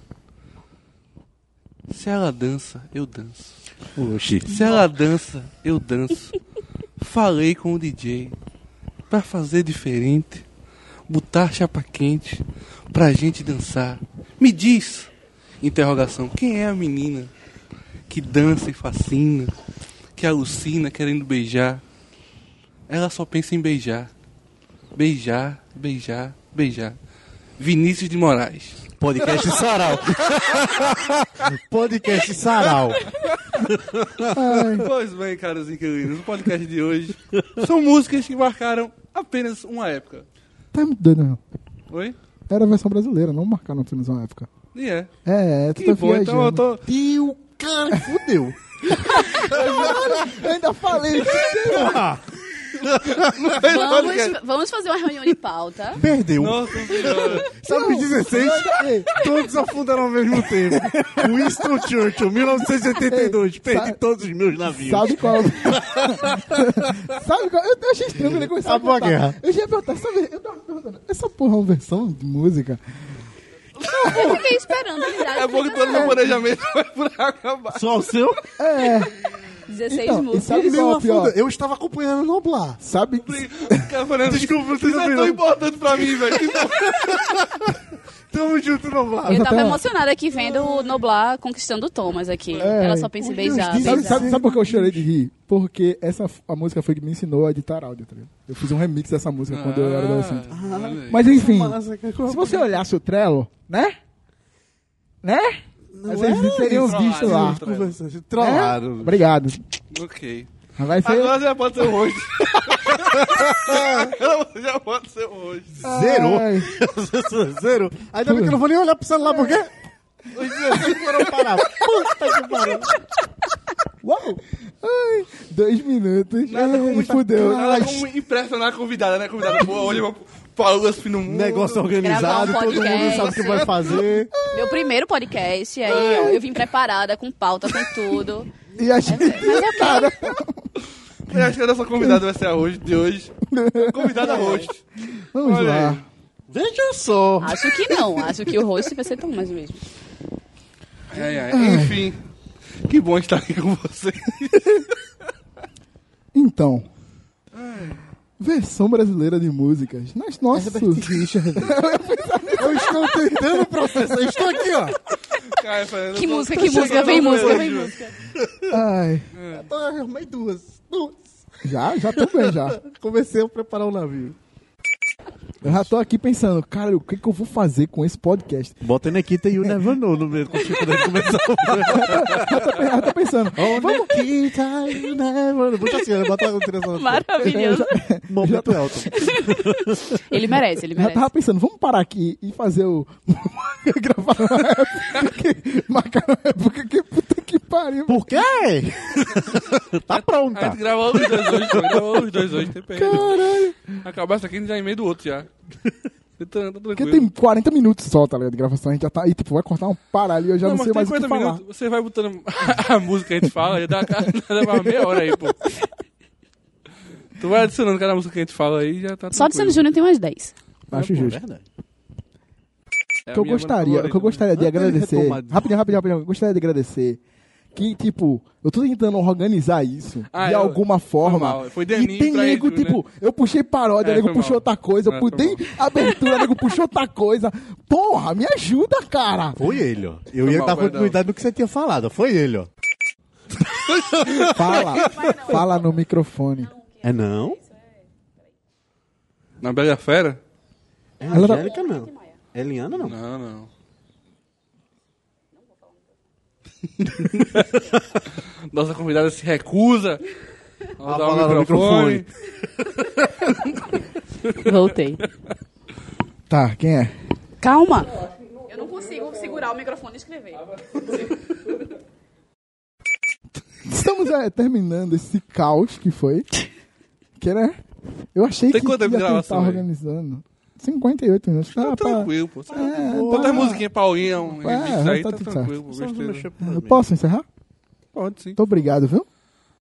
Speaker 3: Se ela dança, eu danço.
Speaker 2: Oxi.
Speaker 3: Se ela dança, eu danço. Falei com o DJ pra fazer diferente, botar chapa quente pra gente dançar. Me diz, interrogação, quem é a menina que dança e fascina, que alucina querendo beijar? Ela só pensa em beijar. Beijar, beijar, beijar. Vinícius de Moraes.
Speaker 2: Podcast Sarau. Podcast Sarau.
Speaker 3: Pois bem, caros inquilinos, o podcast de hoje são músicas que marcaram apenas uma época.
Speaker 1: Tá muito doido, meu irmão.
Speaker 3: Oi?
Speaker 1: Era a versão brasileira, não marcaram filmes na época.
Speaker 3: E é.
Speaker 1: É, é, tu
Speaker 3: Que
Speaker 1: tá
Speaker 3: bom, então eu
Speaker 1: viajando.
Speaker 3: tô.
Speaker 2: E o cara fudeu.
Speaker 1: Eu ainda falei.
Speaker 4: Vamos, vamos fazer uma reunião de pauta.
Speaker 2: Perdeu.
Speaker 3: Nossa senhora.
Speaker 2: Sabe os 16?
Speaker 1: Ei,
Speaker 2: Todos afundaram ao mesmo tempo. Winston Churchill, 1982. Perdi
Speaker 1: sabe-
Speaker 2: todos os meus navios.
Speaker 1: Sabe qual? sabe qual? Eu, eu achei estranho quando ele começou a
Speaker 2: Acabou a
Speaker 1: perguntar.
Speaker 2: guerra.
Speaker 1: Eu já ia perguntar, sabe? Eu tava perguntando, essa porra é uma versão de música?
Speaker 4: Eu fiquei esperando ele dar
Speaker 3: É bom que todo meu planejamento vai por acabar.
Speaker 2: Só o seu?
Speaker 1: É,
Speaker 4: 16
Speaker 1: Então, e
Speaker 4: músicas.
Speaker 1: sabe-
Speaker 2: Meu
Speaker 1: Só, pior.
Speaker 2: afunda- Eu estava acompanhando o Noblar.
Speaker 1: sabe?
Speaker 3: Cara, falando,
Speaker 2: Desculpa,
Speaker 3: isso é tão importante pra mim, velho.
Speaker 2: Tamo junto, Noblar.
Speaker 4: Eu tava
Speaker 1: até-
Speaker 4: emocionada aqui vendo o Noblar conquistando o Thomas aqui.
Speaker 1: É.
Speaker 4: Ela só pensa em
Speaker 2: Deus,
Speaker 4: beijar.
Speaker 2: diz-
Speaker 1: Sabe,
Speaker 4: beijar.
Speaker 1: sabe, sabe por que eu chorei de rir? Porque essa f- a música foi que me ensinou a editar áudio, tá ligado? Eu fiz um remix dessa música quando eu
Speaker 2: Ah.
Speaker 1: era adolescente.
Speaker 3: Ah,
Speaker 1: Mas enfim,
Speaker 3: assim,
Speaker 1: se você olhasse o Trello, né? Né? Vocês teriam
Speaker 3: isso,
Speaker 1: visto
Speaker 3: trollado,
Speaker 1: lá.
Speaker 3: é? isso,
Speaker 1: Né?
Speaker 2: Trollado.
Speaker 1: Obrigado.
Speaker 3: Ok.
Speaker 1: Vai ser.
Speaker 3: Agora já pode ser o rosto. Agora já pode ser o rosto.
Speaker 2: Zerou.
Speaker 1: Ai.
Speaker 2: Zerou. Ainda bem que eu não vou nem olhar pro celular, porque... Os 16 foram parar. Puta que pariu.
Speaker 1: Uau! Ai, dois minutos.
Speaker 3: Nada
Speaker 1: Ai,
Speaker 3: como,
Speaker 1: fudeu.
Speaker 3: nada como impressionar a convidada, né? Convidada boa, olha pra Paulo assim no mundo.
Speaker 2: Negócio organizado,
Speaker 4: Gravar um
Speaker 2: todo mundo
Speaker 4: podcast.
Speaker 2: sabe o que vai fazer.
Speaker 4: Meu primeiro podcast, aí ó, eu vim preparada, com pauta, com tudo.
Speaker 1: E a gente. Cara,
Speaker 3: Eu acho que a nossa convidada vai ser a host de hoje. Convidada host.
Speaker 1: vamos
Speaker 3: Olha aí.
Speaker 1: lá.
Speaker 2: Veja só.
Speaker 4: Acho que não, acho que o host vai ser Thomas mesmo.
Speaker 3: Ai, ai.
Speaker 1: Ai.
Speaker 3: Enfim, que bom estar aqui com você.
Speaker 1: Então. Versão brasileira de músicas.
Speaker 3: é
Speaker 1: Nas nossas.
Speaker 7: Eu estou tentando processar. Eu estou aqui, ó.
Speaker 3: Cara, Fernando,
Speaker 4: Que
Speaker 3: eu tô-
Speaker 4: música,
Speaker 3: tô
Speaker 4: que música,
Speaker 3: chegando
Speaker 4: vem
Speaker 3: no
Speaker 4: música, vem
Speaker 3: meu-
Speaker 4: música.
Speaker 1: Ai.
Speaker 7: É, então Eu tô- eu arrumei duas. Duas.
Speaker 1: Já, já tô bem, já.
Speaker 7: Comecei a preparar o navio.
Speaker 1: Eu já tô aqui pensando, cara, o que, que eu vou fazer com esse podcast?
Speaker 2: Bota Nequita e o Nevanou no meio quando você puder começar.
Speaker 1: Eu já tô pensando,
Speaker 7: Vamos. Mano, bota assim, né? bota a trilha sonora.
Speaker 4: Maravilhoso.
Speaker 7: Momento Elton.
Speaker 4: Ele merece, ele
Speaker 1: já
Speaker 4: merece.
Speaker 1: tava pensando, vamos parar aqui e fazer o. gravar uma época que. Marcar uma época que puta que pariu.
Speaker 7: Por quê? tá
Speaker 3: A gente
Speaker 7: pronta.
Speaker 3: gravou os dois hoje, pô. Gravou os dois hoje, tem perigo.
Speaker 1: Caralho.
Speaker 3: Acabar isso aqui, a gente já é em meio do outro já. Tá, tá
Speaker 1: Porque
Speaker 3: tranquilo.
Speaker 1: tem 40 minutos só, tá ligado? De gravação, a gente já tá. E tipo, vai cortar um paralho e eu já não,
Speaker 3: mas
Speaker 1: sei
Speaker 3: tem
Speaker 1: mais o que falar.
Speaker 3: minutos, você vai botando a música que a gente fala, e dá, dá uma meia hora aí, pô. Tu vai adicionando cada música que a gente fala aí já tá
Speaker 4: Só de
Speaker 3: tranquilo.
Speaker 4: Sandy Júnior tem umas 10.
Speaker 1: Acho justo.
Speaker 3: É a
Speaker 1: que eu
Speaker 3: É minha
Speaker 1: gostaria,
Speaker 3: banda
Speaker 1: o que eu
Speaker 3: favorita, né?
Speaker 1: gostaria de
Speaker 2: Antes de
Speaker 1: agradecer.
Speaker 2: retomar-
Speaker 1: Rapidinho, rapidinho, rapidinho. Eu gostaria de agradecer que, tipo, eu tô tentando organizar isso
Speaker 3: Ah,
Speaker 1: de
Speaker 3: eu-
Speaker 1: alguma forma.
Speaker 3: mal, foi de
Speaker 1: e
Speaker 3: anime
Speaker 1: tem
Speaker 3: pra
Speaker 1: nego,
Speaker 3: isso, né?
Speaker 1: tipo, eu puxei paródia,
Speaker 3: É,
Speaker 1: nego
Speaker 3: foi
Speaker 1: puxou
Speaker 3: mal.
Speaker 1: outra coisa, eu
Speaker 3: É,
Speaker 1: pu-
Speaker 3: foi
Speaker 1: dei
Speaker 3: mal.
Speaker 1: abertura, nego puxou outra coisa. Porra, me ajuda, cara!
Speaker 7: Foi ele, ó. Eu
Speaker 3: Foi
Speaker 7: ia
Speaker 3: mal,
Speaker 7: dar
Speaker 3: perdão.
Speaker 7: continuidade no que você tinha falado. Foi ele, ó.
Speaker 1: Fala, fala no microfone.
Speaker 2: É não?
Speaker 3: né? Na Bela e a Fera?
Speaker 2: É
Speaker 1: Ela tá-
Speaker 2: Angélica não. É Liana não.
Speaker 3: Não, não. Nossa convidada se recusa a dar
Speaker 2: falar
Speaker 3: o
Speaker 2: no
Speaker 3: microfone.
Speaker 4: Voltei.
Speaker 1: Tá, quem é?
Speaker 4: Calma. Eu não consigo segurar o microfone e escrever.
Speaker 1: Estamos é, terminando esse caos que foi. Que né? Eu achei
Speaker 3: Tem
Speaker 1: que
Speaker 3: quanto tempo de
Speaker 1: ia
Speaker 3: gravação
Speaker 1: estar
Speaker 3: aí?
Speaker 1: organizando. 58 minutos. Tá,
Speaker 3: Tá
Speaker 1: pra-
Speaker 3: tranquilo, pô. Tá
Speaker 1: É,
Speaker 3: tranquilo. Botar
Speaker 1: tá-
Speaker 3: musiquinha Paulinha, um
Speaker 1: É,
Speaker 3: remix aí,
Speaker 1: tá
Speaker 3: tá,
Speaker 1: tudo
Speaker 3: tranquilo, pô. Gostei.
Speaker 1: Eu posso encerrar?
Speaker 3: Pode sim.
Speaker 1: Muito obrigado, viu?